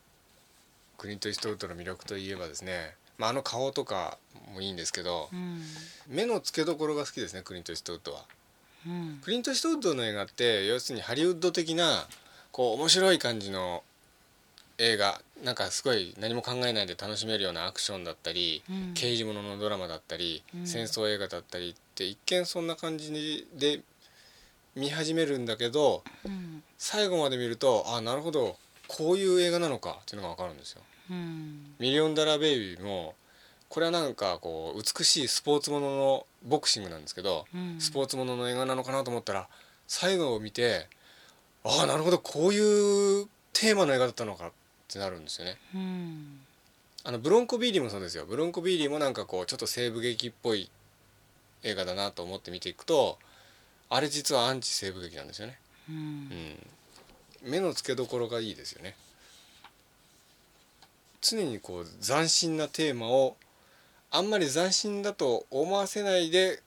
クリント・イーストウッドの魅力といえばですね、まあ、あの顔とかもいいんですけどうん目の付けどころが好きですねクリント・イーストウッドはうんクリント・イーストウッドの映画って要するにハリウッド的なこう面白い感じの映画なんかすごい何も考えないで楽しめるようなアクションだったり、うん刑事もののドラマだったり、うん戦争映画だったりって一見そんな感じで見始めるんだけどうん最後まで見るとあなるほどこういう映画なのかっていうのが分かるんですよ。うんミリオンダラーベイビーもこれはなんかこう美しいスポーツもののボクシングなんですけど、うんスポーツものの映画なのかなと思ったら最後を見てああなるほどこういうテーマの映画だったのかってなるんですよね。うんあのブロンコビーリーもそうですよブロンコビーリーもなんかこうちょっと西部劇っぽい映画だなと思って見ていくとあれ実はアンチ西部劇なんですよね、ううんん、目の付けどころがいいですよね常にこう斬新なテーマをあんまり斬新だと思わせないで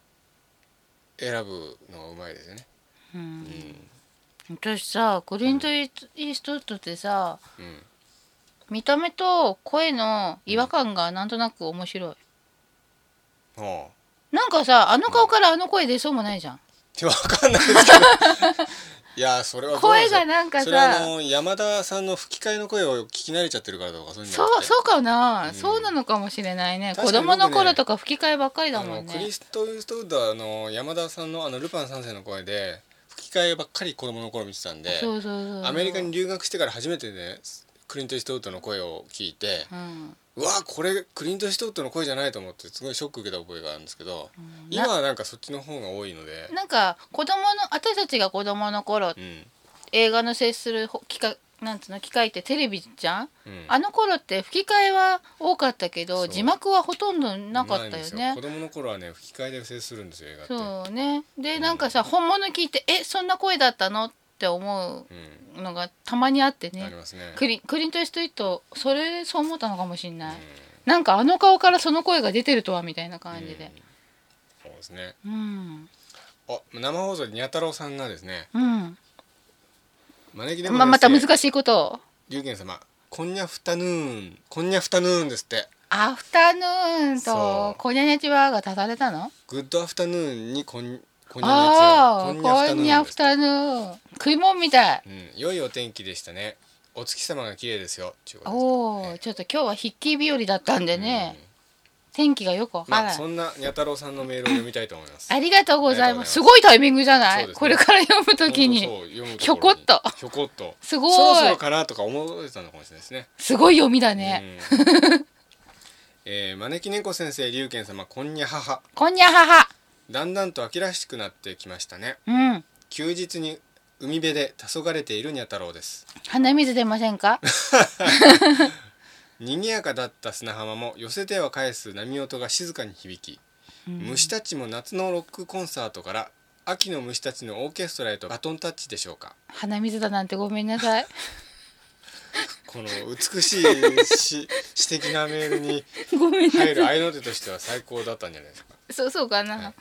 選ぶのがうまいですよね、ううんん私さクリント・イーストウッドってさうん、見た目と声の違和感がなんとなく面白いああなんかさあの顔からあの声出そうもないじゃんいやわかんないです けどいやそれはどうなん声でしょうがなんかそれはあさの山田さんの吹き替えの声を聞き慣れちゃってるからとかそういうんじゃそなくうてそうかな、うんそうなのかもしれないね確子かに供の僕ね頃とか吹き替えばっかりだあものんクねリスト・ウーストウッドはあの山田さんのあのルパン三世の声で吹き替えばっかり子供の頃見てたんでそうそうそうアメリカに留学してから初めてねクリント・イーストウッドの声を聞いてうんうわこれクリント・イーストウッドの声じゃないと思ってすごいショック受けた覚えがあるんですけどん今はなんかそっちの方が多いのでなんか子供の私たちが子供の頃うん映画の接するほ機会なんつうの機会ってテレビじゃん、うんあの頃って吹き替えは多かったけそどう字幕はほとんどなかないっんたでよすね子供の頃はね吹き替えで接するんですよ映画ってそうねでなんかさ本物聞いて「えそんな声だったの?」って思うんうのがたまにあってありねますねクリクリント・イーストウッドそれそう思ったのかもしんない、うんなんかあの顔からその声が出てるとはみたいな感じでうんそうですねうんあ生放送でにゃ太郎さんがですねうん、招き猫ままた難いしいことを龍玄様こんにゃふたぬーんこんにゃふたぬーんですってアフタヌーンそとうこにゃにゃちはが足されたのグッドアフタヌーンにこんこんにああゃーにゃここんんににゃゃふふたぬーんたぬーん食いもんみたいですうん良いお天気でしたねお月様が綺麗ですよちゅうことおえおえちょっと今日は筆記日和だったんでですねうん天気がよくわからまあない、そんなにゃ太郎さんのメールを読みたいと思 いますありがとうございますあすりがとうございますごいタイミングじゃない、そうですねこれから読むときにそうそう読むとろにひょこっとひょこっとすごいそろそろかなとか思ってたのかもしれないですねすごい読みだね、うんえー招き猫先生龍賢様こんにゃははこんにゃははだんだんと秋らしくなってきましたねうん休日に海辺で黄昏れているにゃ太郎です鼻水出ませんか賑やかだった砂浜も寄せては返す波音が静かに響き、うん虫たちも夏のロックコンサートから秋の虫たちのオーケストラへとバトンタッチでしょうか鼻水だなんてごめんなさいこの美し い詩詩的なメールにごめんなさ入いる合いの手としては最高だったんじゃないですか、そうそうかな、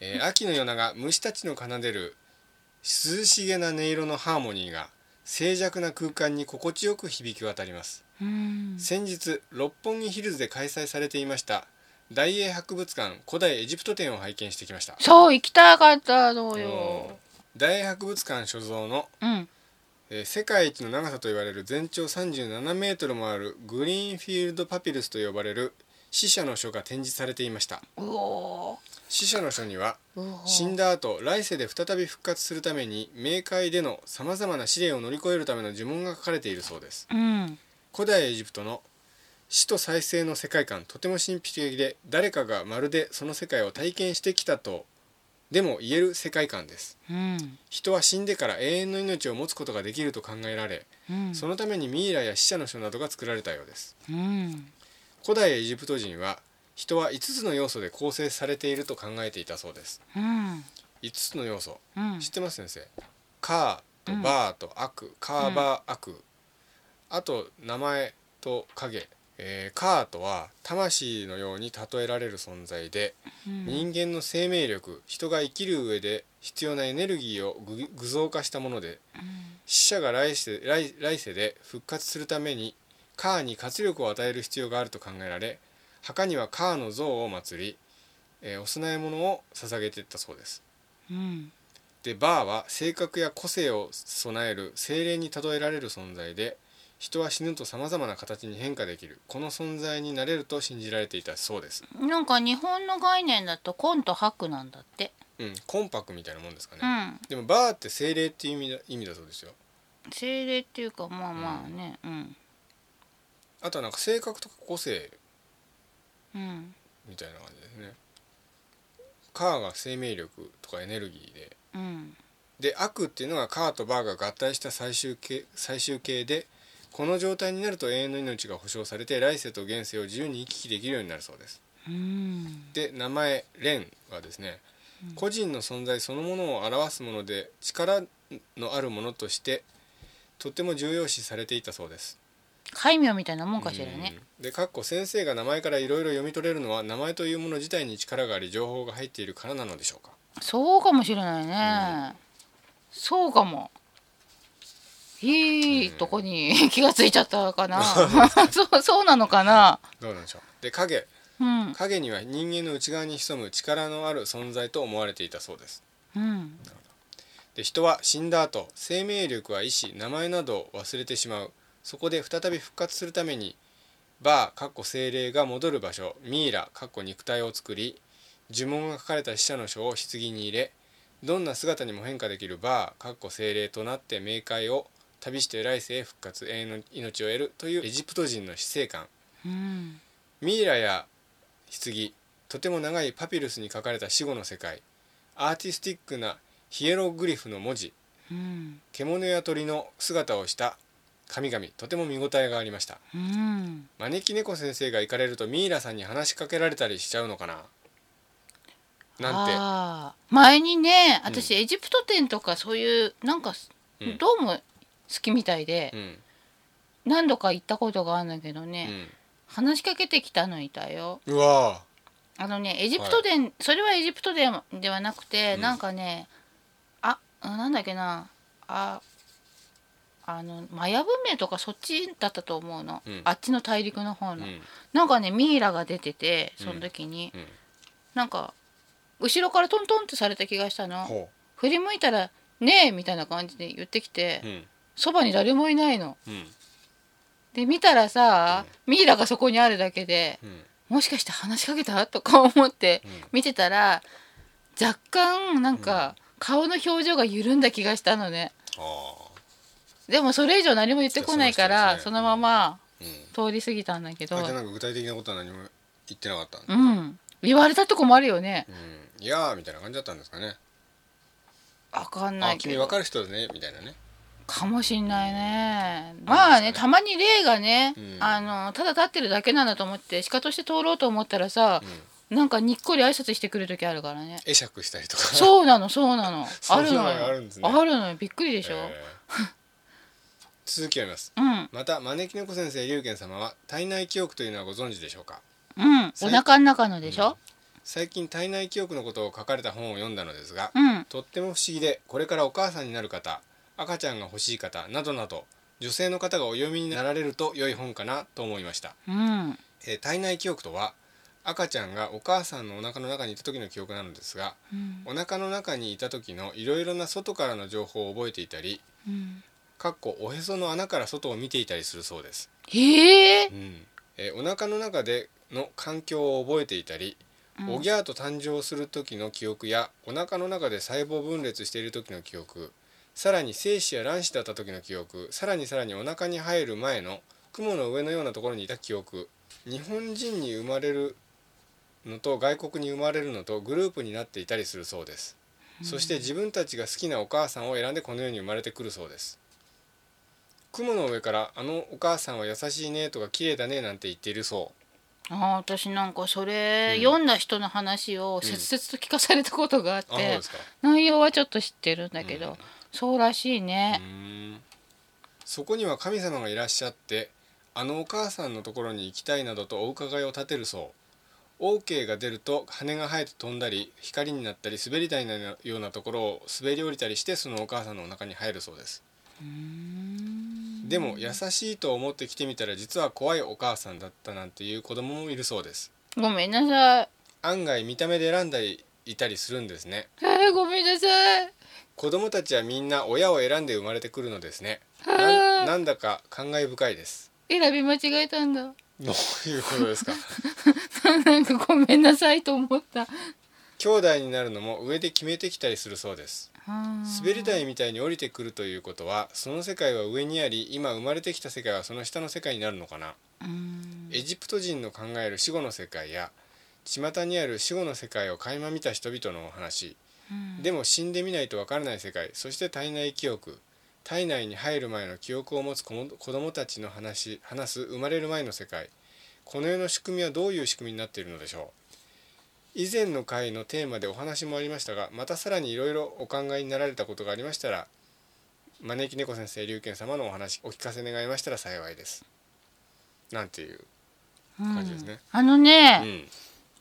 えー秋の夜長虫たちの奏でる涼しげな音色のハーモニーが静寂な空間に心地よく響き渡りますうん先日六本木ヒルズで開催されていました大英博物館古代エジプト展を拝見してきましたそう行きたかったのよ大英博物館所蔵の、うんえー世界一の長さと言われる全長37メートルもあるグリーンフィールドパピルスと呼ばれる死者の書が展示されていましたうお死者の書にはーうおー死んだ後来世で再び復活するために冥界でのさまざまな試練を乗り越えるための呪文が書かれているそうですうん古代エジプトの死と再生の世界観とても神秘的で誰かがまるでその世界を体験してきたとでも言える世界観ですうん人は死んでから永遠の命を持つことができると考えられうんそのためにミイラや死者の書などが作られたようですうん古代エジプト人は人は5つの要素で構成されていると考えていたそうですうん5つの要素うん知ってます先生カーとバーと悪、カーバー悪、あと名前と影、えーカーとは魂のように例えられる存在で、うん人間の生命力人が生きる上で必要なエネルギーを具具像化したもので死者が来世来来世で復活するためにカーに活力を与える必要があると考えられ墓にはカーの像を祀り、えーお供え物を捧げていったそうです。うんでバーは性格や個性を備える精霊に例えられる存在で人は死ぬとさまざまな形に変化できるこの存在になれると信じられていたそうです、なんか日本の概念だとコンと白なんだってうん、コンパクみたいなもんですかね、うんでもバーって精霊っていう意味だ意味だそうですよ精霊っていうかまあまあねうんあとはなんか性格とか個性うんみたいな感じですねカーが生命力とかエネルギーでうんで悪っていうのがカーとバーが合体した最終形最終形でこの状態になると永遠の命が保証されて来世と現世を自由に行き来できるようになるそうですうんで名前「蓮」はですね、個人の存在そのものを表すもので力のあるものとしてとても重要視されていたそうです。戒名みたいなもんかしらねうんでかっこ先生が名前からいろいろ読み取れるのは名前というもの自体に力があり情報が入っているからなのでしょうか。そうかもしれないね、そうかもいいとこに気がついちゃったかなそうそうなのかなどうなんでしょうで影うん影には人間の内側に潜む力のある存在と思われていたそうです。うんで人は死んだ後生命力は意志名前などを忘れてしまうそこで再び復活するためにバーかっこ精霊が戻る場所ミイラかっこ肉体を作り呪文が書かれた死者の書を棺に入れどんな姿にも変化できるバーかっこ精霊となって冥界を旅して来世へ復活永遠の命を得るというエジプト人の死生観うんミイラや棺とても長いパピルスに書かれた死後の世界アーティスティックなヒエログリフの文字うん獣や鳥の姿をした神々とても見応えがありましたうん招き猫先生が行かれるとミイラさんに話しかけられたりしちゃうのかななんあー前にね私、エジプト展とかそういうなんか、うんどうも好きみたいでて、う、ん何度か行ったことがあるんだけどね、話しかけてきたのいたようん、うわあのねエジプト伝、それはエジプト伝ではなくて、うんなんかねあなんだっけなああのマヤ文明とかそっちだったと思うの、うんあっちの大陸の方ー、うの、んなんかねミイラが出ててその時に、うん、なんか後ろからトントンってされた気がしたのほ振り向いたら「ねえ」みたいな感じで言ってきて、う、うんそばに誰もいないのうんで見たらさ、ミイラがそこにあるだけでうんもしかして話しかけたとか思ってうん見てたら若干なんか顔の表情が緩んだ気がしたのねあでもそれ以上何も言ってこないからそそうそうそうのままーう通んり過ぎたんだけどあじゃあなんか具体的なことは何も言ってなかったんだうん言われたとこもあるよねうん、いやーみたいな感じだったんですかねわかんなあいけ君どわかる人だねみたいなねかもしんないねまあねたまに霊がねうんあのただ立ってるだけなんだと思って鹿として通ろうと思ったらさなんかにっこり挨拶してくる時あるからね会釈したりとかそうなのそうなの そあういるうののがよあるんですねあるのよびっくりででしょ、続きありますうんまた招き猫先生龍玄様は体内記憶というのはご存知でしょうかうんお腹の中のでしょ、最近体内記憶のことを書かれた本を読んだのですが、うんとっても不思議でこれからお母さんになる方赤ちゃんが欲しい方などなど女性の方がお読みになられると良い本かなと思いました、うんえー体内記憶とは赤ちゃんがお母さんのお腹の中にいた時の記憶なのですがうんお腹の中にいた時のいろいろな外からの情報を覚えていたりうんかっこおへその穴から外を見ていたりするそうですへえうんえーお腹の中での環境を覚えていたり、うんおぎゃーと誕生する時の記憶やお腹の中で細胞分裂している時の記憶さらに精子や卵子だった時の記憶さらにさらにお腹に入る前の雲の上のようなところにいた記憶日本人に生まれるのと外国に生まれるのとグループになっていたりするそうです、そして自分たちが好きなお母さんを選んでこの世に生まれてくるそうです雲の上から「あのお母さんは優しいね」とか「綺麗だね」なんて言っているそあー私なんかそれ、読んだ人の話を切々と聞かされたことがあっあそうてで、すか内容はちょっと知ってるんだけど、うんそうらしいうね、ーんそこには神様がいらっしゃってあのお母さんのところに行きたいなどとお伺いを立てるそう OK が出ると羽が生えて飛んだり光になったり滑り台のようなところを滑り降りたりしてそのお母さんのお腹に入るそうですうーんでも優しいと思って来てみたら実は怖いお母さんだったなんていう子供もいるそうですごめんなさい 案外見た目で選んだりいたりするんですねあーごめんなさい子供たちはみんな親を選んで生まれてくるのですねあ なーなんだか感慨深いです選び間違えたんだ どういうことですかなんかごめんなさいと思った兄弟になるのも上で決めてきたりするそうです滑滑り台みたいに降りてくるということはその世界は上にあり今生まれてきた世界はその下の世界になるのかなエジプト人の考える死後の世界や巷にある死後の世界を垣間見た人々のお話でも死んでみないとわからない世界そして体内記憶体内に入る前の記憶を持つ子も子どもたちの話話す生まれる前の世界この世の仕組みはどういう仕組みになっているのでしょう以前の回のテーマでお話もありましたがまたさらにいろいろお考えになられたことがありましたら招き猫先生龍賢様のお話お聞かせ願いましたら幸いです。なんていう感じですね。あのうね、ん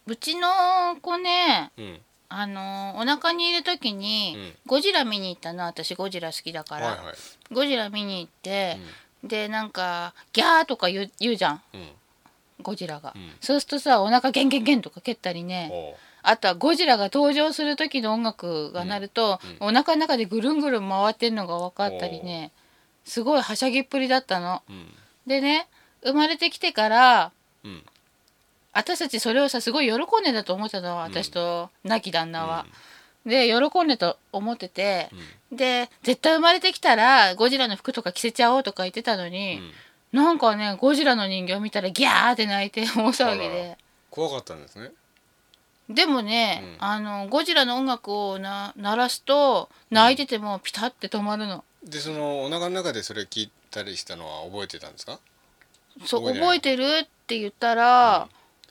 うちの子ねうんあのお腹にいる時に、うんゴジラ見に行ったの私ゴジラ好きだかはいら、はゴジラ見に行ってい、でなんか「ギャー」とか言う言うじゃんうんうんゴジラが、うんそうするとさお腹ゲンゲンゲンとか蹴ったりねおうあとはゴジラが登場する時の音楽が鳴ると、うお腹の中でぐるんぐるん回ってんのが分かったりねすごいはしゃぎっぷりだったの。うんでね生まれてきてからうん私たちそれをさすごい喜んでたと思ってたの私と亡き旦那は。で喜んでたと思っててう、んで絶対生まれてきたらゴジラの服とか着せちゃおうとか言ってたのうに、んなんかねゴジラの人形見たらギャーって泣いて大騒ぎあで。怖かったんですね。でもね、うんあのゴジラの音楽をな鳴らすと泣いててもピタって止まるの。でそのお腹の中でそれ聞いたりしたのは覚えてたんですか？そう覚覚ええててるって言ったら、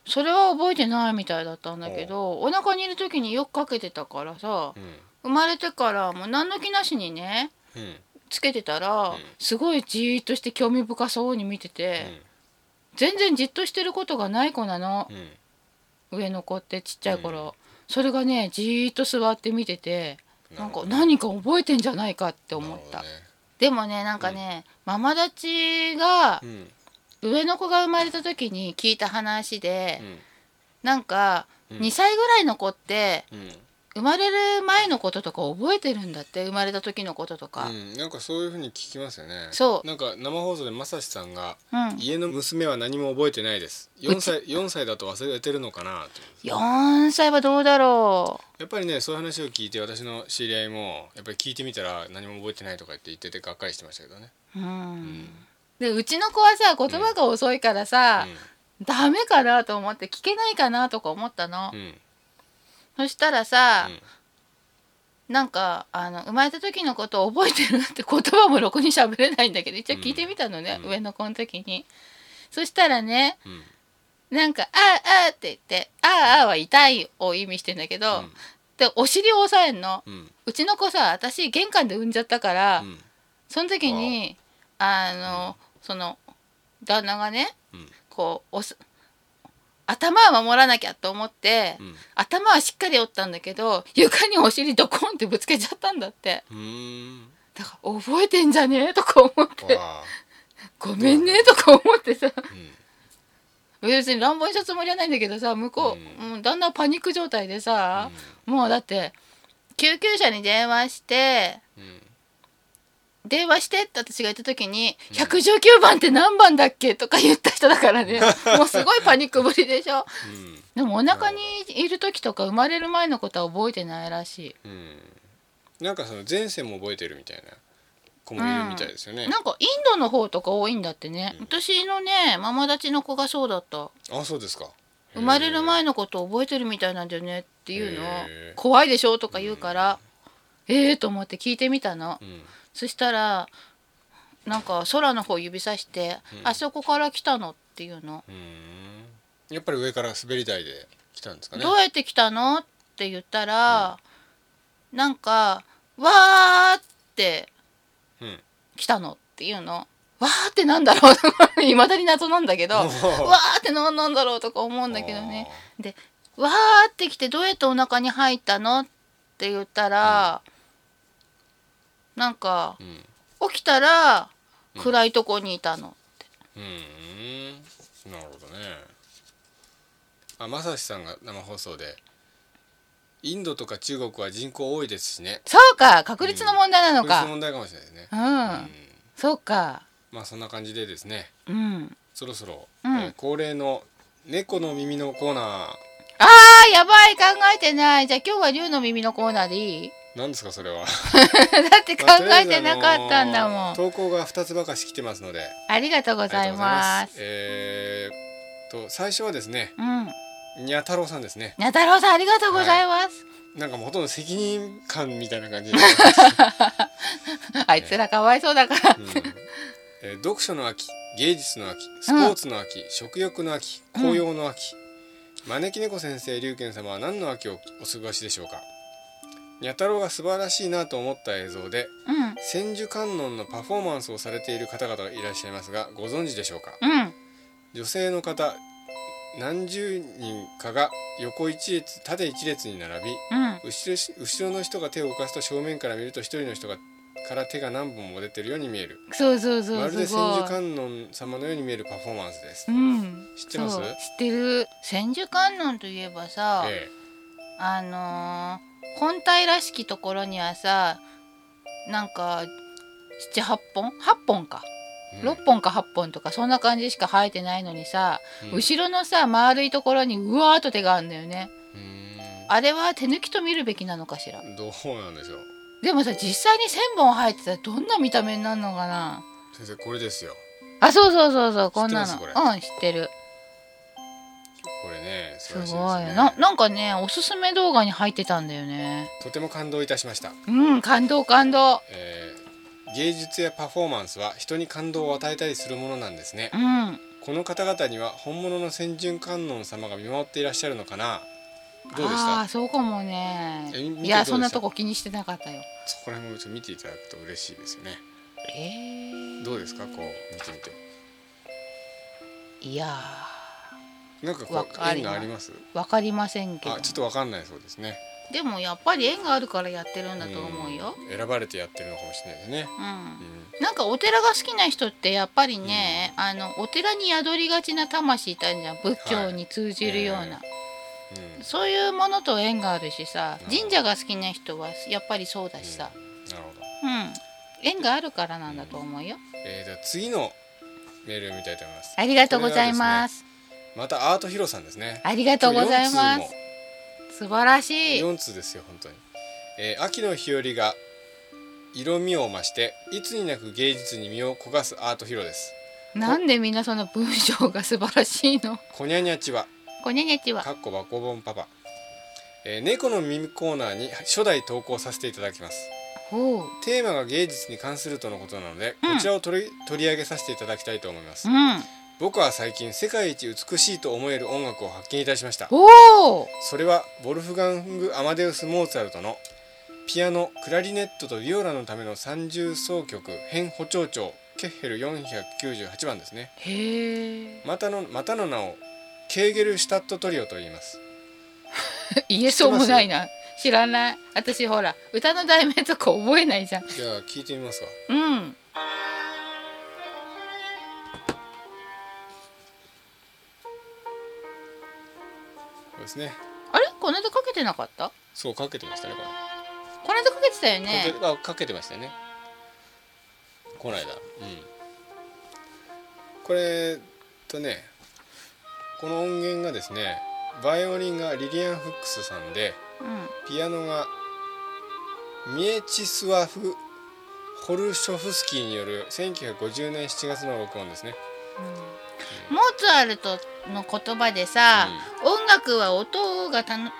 それは覚えてないみたいだったんだけどお腹にいる時によくかけてたからさうん生まれてからもう何の気なしにねうんつけてたら、うんすごいじーっとして興味深そうに見てて、う全然じっとしてることがない子なのんうん上の子ってちっちゃい頃、それがねじーっと座って見ててなんかっ何か覚えてんじゃないかって思った、でもねなんかね、ママ立ちがうんうん上の子が生まれた時に聞いた話で、なんか2歳ぐらいの子ってうん生まれる前のこととか覚えてるんだって生まれた時のこととか、うんなんかそういう風に聞きますよね。そうなんか生放送でまさしさんがうん、家の娘は何も覚えてないです。四歳四歳だと忘れてるのかなと。 4歳はどうだろやっぱりねそういう話を聞いて私の知り合いもやっぱり聞いてみたら何も覚えてないとかって言っててがっかりしてましたけどね。う、うんんでうちの子はさ言葉が遅いからさ、ダメかなと思って聞けないかなとか思ったの、うんうんそしたらさ、なんかあの生まれた時のことを覚えてるって言葉もろくに喋れないんだけど一応聞いてみたのね、うん上の子の時に。そしたらねうんうんなんか「あーあ」って言って「あーあ」は痛いを意味してんだけど、うんでお尻を押さえんのうんうちの子さ私玄関で産んじゃったから、うんその時にあの、その旦那がねうんこう押す頭は守らなきゃと思って、うん頭はしっかり折ったんだけど床にお尻ドコンってぶつけちゃったんだってうーんだから覚えてんじゃねえとか思ってわあごめんねとか思ってさうん別に乱暴にしたつもりはないんだけどさ向こう、ううん、旦那はパニック状態でさ、もうだって救急車に電話してうんうん電話してって私が言った時に「119番って何番だっけ?」とか言った人だから ねもうすごいパニックぶりでしょでもお腹にいる時とか生まれる前のことは覚えてないらしうんうんなんかその前世も覚えてるみたいな子もいるみたいですよねい、なんかインドの方とか多いんだってね、うん私のねママ立ちの子がそうだったあそうですか生まれる前ののこと覚えてるみたいなんだよねっていうのへー怖いでしょとか言うから、ええー、と思って聞いてみたのうんそしたらなんか空の方指さして、うんあそこから来たの」っていうのうーんやっぱり上から滑り台で来たんですかねどうやって来たのって言ったら、なんか「わー」ってうん来たのっていうの「わー」ってなんだろう いまだに謎なんだけど「おわーー」って何なんだろうとか思うんだけどねで「わー」って来てどうやってお腹に入ったのって言ったら、なんかうん起きたらうん暗いとこにいたの、うんなるほどねあまさしさんが生放送でインドとか中国は人口多いですしねそうか確率の問題なのそういか、う問題かもしれないですねうんうんそうかまあそんな感じでですねうんそろそろ、うんえー恒例の猫の耳のコーナあーやばい考えてないじゃあ今日は竜の耳のコーナーでい いーなんですかそれだはって考まあとりあえずてなかったんだもん、あのー投稿が2つばかし来てますのでありがとうごありがざとういございまますすえー、と最初はですねうんにゃ太郎さんですねにゃ太郎さんありがとうございます、なんかもうほとんど責任感みたい な感じで、あいつらかわいそうだから、うんえー読書の秋芸術の秋スポーツの秋、食欲の秋紅葉の秋、招き猫先生龍賢様は何の秋をお過ごしでしょうかにゃ太郎が素晴らしいなと思った映像でうん千手観音のパフォーマンスをされている方々がいらっしゃいますがご存知でしょうかうん女性の方何十人かが横一列縦一列に並びうん後ろし後ろの人が手を動かすと正面から見ると一人の人がから手が何本も出てるように見えるそうそうそまうるです千ご手い観音様のように見えるパフォーマンスです、うん知ってますそう知ってる千手観音といえばさ、えあのー本体らしきところにはさなんか78本8本か、えうん6本か8本とかそんな感じしか生えてないのにさ、うん後ろのさ丸いところにうわーっと手があるんだよねうーあれは手抜きと見るべきなのかしらんどうなんでしょうでもさ実際に1,000本生えてたらどんな見た目になるのかな先生これですよあそうそうそうそうこんな知のってますうん知ってるこれね素す晴ごらいしいですねななんかねおすすめ動画に入ってたんだよねとても感動いたしました、うん感動感動えー芸術やパフォーマンスは人に感動を与えたりするものなんですねうんこの方々には本物の千手観音様が見守っていらっしゃるのかなどうでしああーたそうかもねえ見ていどうやでしたそんなとこ気にしてなかったよそこら辺もちょっと見ていただくと嬉しいですよねえー、どうですかこう見てみていやなんかわこうかり縁がまありますーわかりませんけどあちょっとわかんないそうですねでもやっぱり縁があるからやってるんだと思うようん選ばれてやってるのかもしれないですね、うんうなんかお寺が好きな人ってやっぱりね、あのお寺に宿りがちな魂いたんじゃん仏教に通じるような、はいんうんそういうものと縁があるしさうん神社が好きな人はやっぱりそうだしさ、なるほど、うん縁があるからなんだと思うよ、えー、では次のメールを見たいと思いますありがとうございますまたアートヒロさんですねありがとうございまこす素晴られしい4通ですよ本当に、えー秋の日和が色味を増していつになく芸術に身を焦がすアートヒロですなんでみんなその文章が素晴らしいのこにゃにゃちはこにゃにゃちはかっこバコボンパパ、えー猫の耳コーナーに初代投稿させていただきますおうテーマが芸術に関するとのことなので、うんこちらを取り取り上げさせていただきたいと思います、うん僕は最近世界一美しいと思える音楽を発見いたしましたおおそれはボルフガング・アマデウス・モーツァルトのピアノクラリネットとビオラのための三重奏曲編補聴調ケッヘル498番ですねへえまたのまたの名をケーゲルシュタットトリオと言います言えそうもないな知らない私ほら歌の題名とか覚えないじゃんじゃあ聞いてみますかうんそうですねあれこの間かけてなかったそうかけてましたねこれこの間かけてたよねかけあかけてましたよねこないだうんこれとねこの音源がですねバイオリンがリリアン・フックスさんでうんピアノがミエチスワフ・ホルショフスキーによる1950年7月の録音ですねモーツァルトの言葉でさ、音楽は音がたの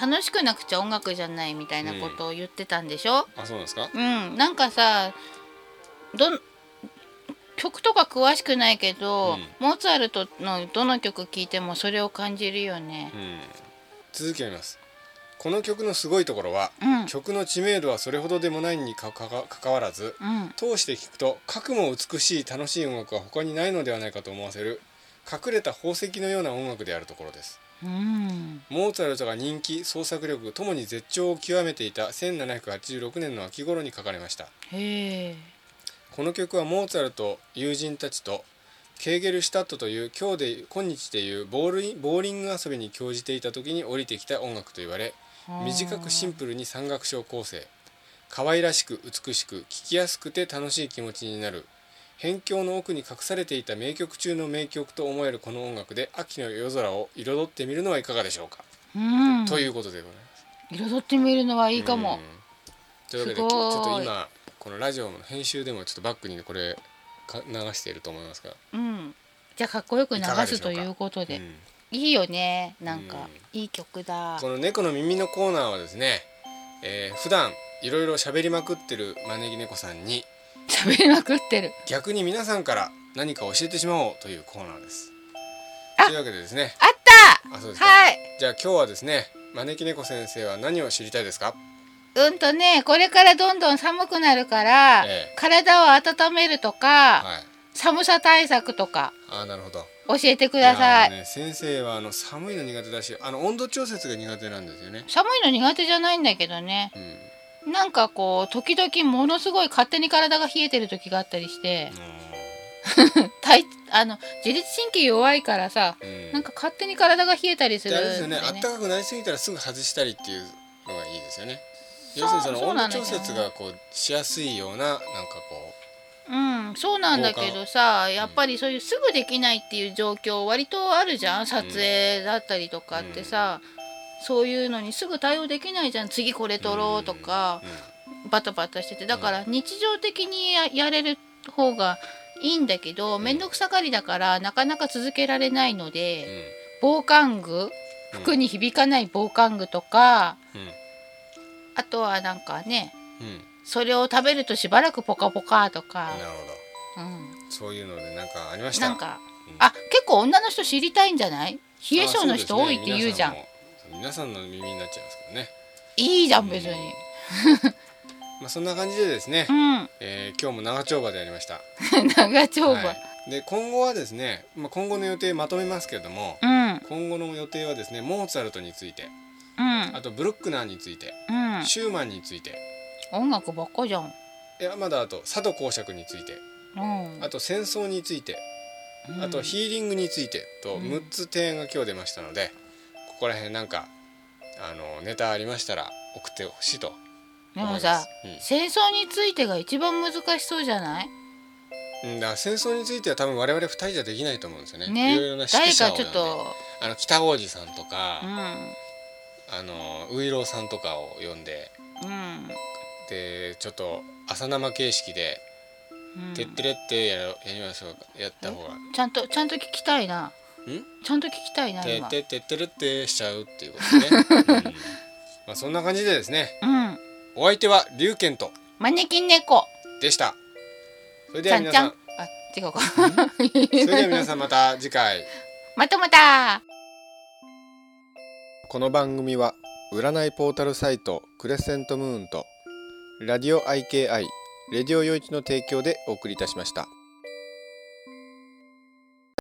楽しくなくちゃ音楽じゃないみたいなことを言ってたんでしょ、あそうなんですかうん、なんかさどん曲とか詳しくないけど、うんモーツァルトのどの曲聴いてもそれを感じるよねう。ん、続きを見ますこの曲のすごいところは、うん曲の知名度はそれほどでもないにかかかかわらず、うん、通して聞くとかくも美しい楽しい音楽は他にないのではないかと思わせる隠れた宝石のような音楽であるところですうん、モーツァルトが人気創作力ともに絶頂を極めていた1786年の秋頃に書かれましたへえ、この曲はモーツァルト友人たちとケーゲルシュタットという今日で今日でいうボールインボーリング遊びに興じていた時に降りてきた音楽と言われ短くシンプルに三楽章構成可愛らしく美しく聴きやすくて楽しい気持ちになる辺境の奥に隠されていた名曲中の名曲と思えるこの音楽で秋の夜空を彩ってみるのはいかがでしょうか、うん、ということでございます。彩ってみるのはいいかうもん。というわけですちごょいっと今このラジオの編集でもちょっとバックにこれか流していると思いますが、うん、じゃあかっこよく流いかがですしょとうかいうことで、うんいいよね。なんか、うんいい曲だ。この猫の耳のコーナーはですね、えー普段いろいろ喋りまくってる招き猫さんに喋りまくってる。逆に皆さんから何か教えてしまおうというコーナーです。あというわけでですねあっあそうですた。か、はい。じゃあ今日はですね招き猫先生は何を知りたいですかうんとね、これからどんどん寒くなるから、ええ体を温めるとか、はい寒さ対策とかあーなるほど教えてください。やあのね、先生はあの寒いの苦手だしあの温度調節が苦手なんですよね、寒いの苦手じゃないんだけどね、うんなんかこう時々ものすごい勝手に体が冷えてる時があったりして、体あの自律神経弱いからさ、うんなんか勝手に体が冷えたりすでるあんれですよねだよあっねたかくなりすぎたらすぐ外したりっていうのがいいですよねそう要するにそのそう温な度んだけ調ど節がこうしやすいようななんかこうん、そうなんだけどさやっぱりそういうすぐできないっていう状況割とあるじゃん撮影だったりとかってさ、そういうのにすぐ対応できないじゃん次これう撮ろうとかうんうんバタバタしててだから日常的にややれる方がいいんだけど面倒くさがりだからなかなか続けられないので防寒具うん服に響かない防寒具とかうんあとはなんかねうんそれを食べるとしばらくポカポカとかな、るほうん、どそういうのでなんかありましたなんかうんあ結構女の人知りたいんじゃない冷え性の人多いって言うじゃん、あそうですね皆さんの皆さんの耳になっちゃいますけどねいいじゃん別にまあそんな感じでですねう、ん えー今日も長丁場でやりました長丁場、はい、で今後はですね、まあ、今後の予定まとめますけれども、うん今後の予定はですねモーツァルトについてあとブルックナーについて、うんうんシューマンについて音楽ばっかじゃんいやまだあと佐渡公爵についてうんあと戦争について、あとヒーリングについてとうん6つ提案が今日出ましたので、ここら辺なんかあのネタありましたら送ってほしいとで思いまもすさ戦争についてが一番難しそうじゃないうん、うんだから戦争については多分我々2人じゃできないと思うんですよねいろいろねな誰指揮者かをちょっとあの北王子さんとか、うあのウイローさんとかを呼んでんうんでちょっと朝生形式でう「んてってれ」ってやろやりましょうかやった方がちゃんとちゃんと聞きたいなちゃんと聞きたいなて今ててってるってしちゃうっていうことね、うんまあそんな感じでですねうんお相手は龍賢と招き猫でしたそれでちはゃん皆ちゃさんあん違うかそれでは皆さんまた次回 またまたこの番組は占いポータルサイトクレセントムーンとラディオ IKI レディオイチの提供でお送りいたしました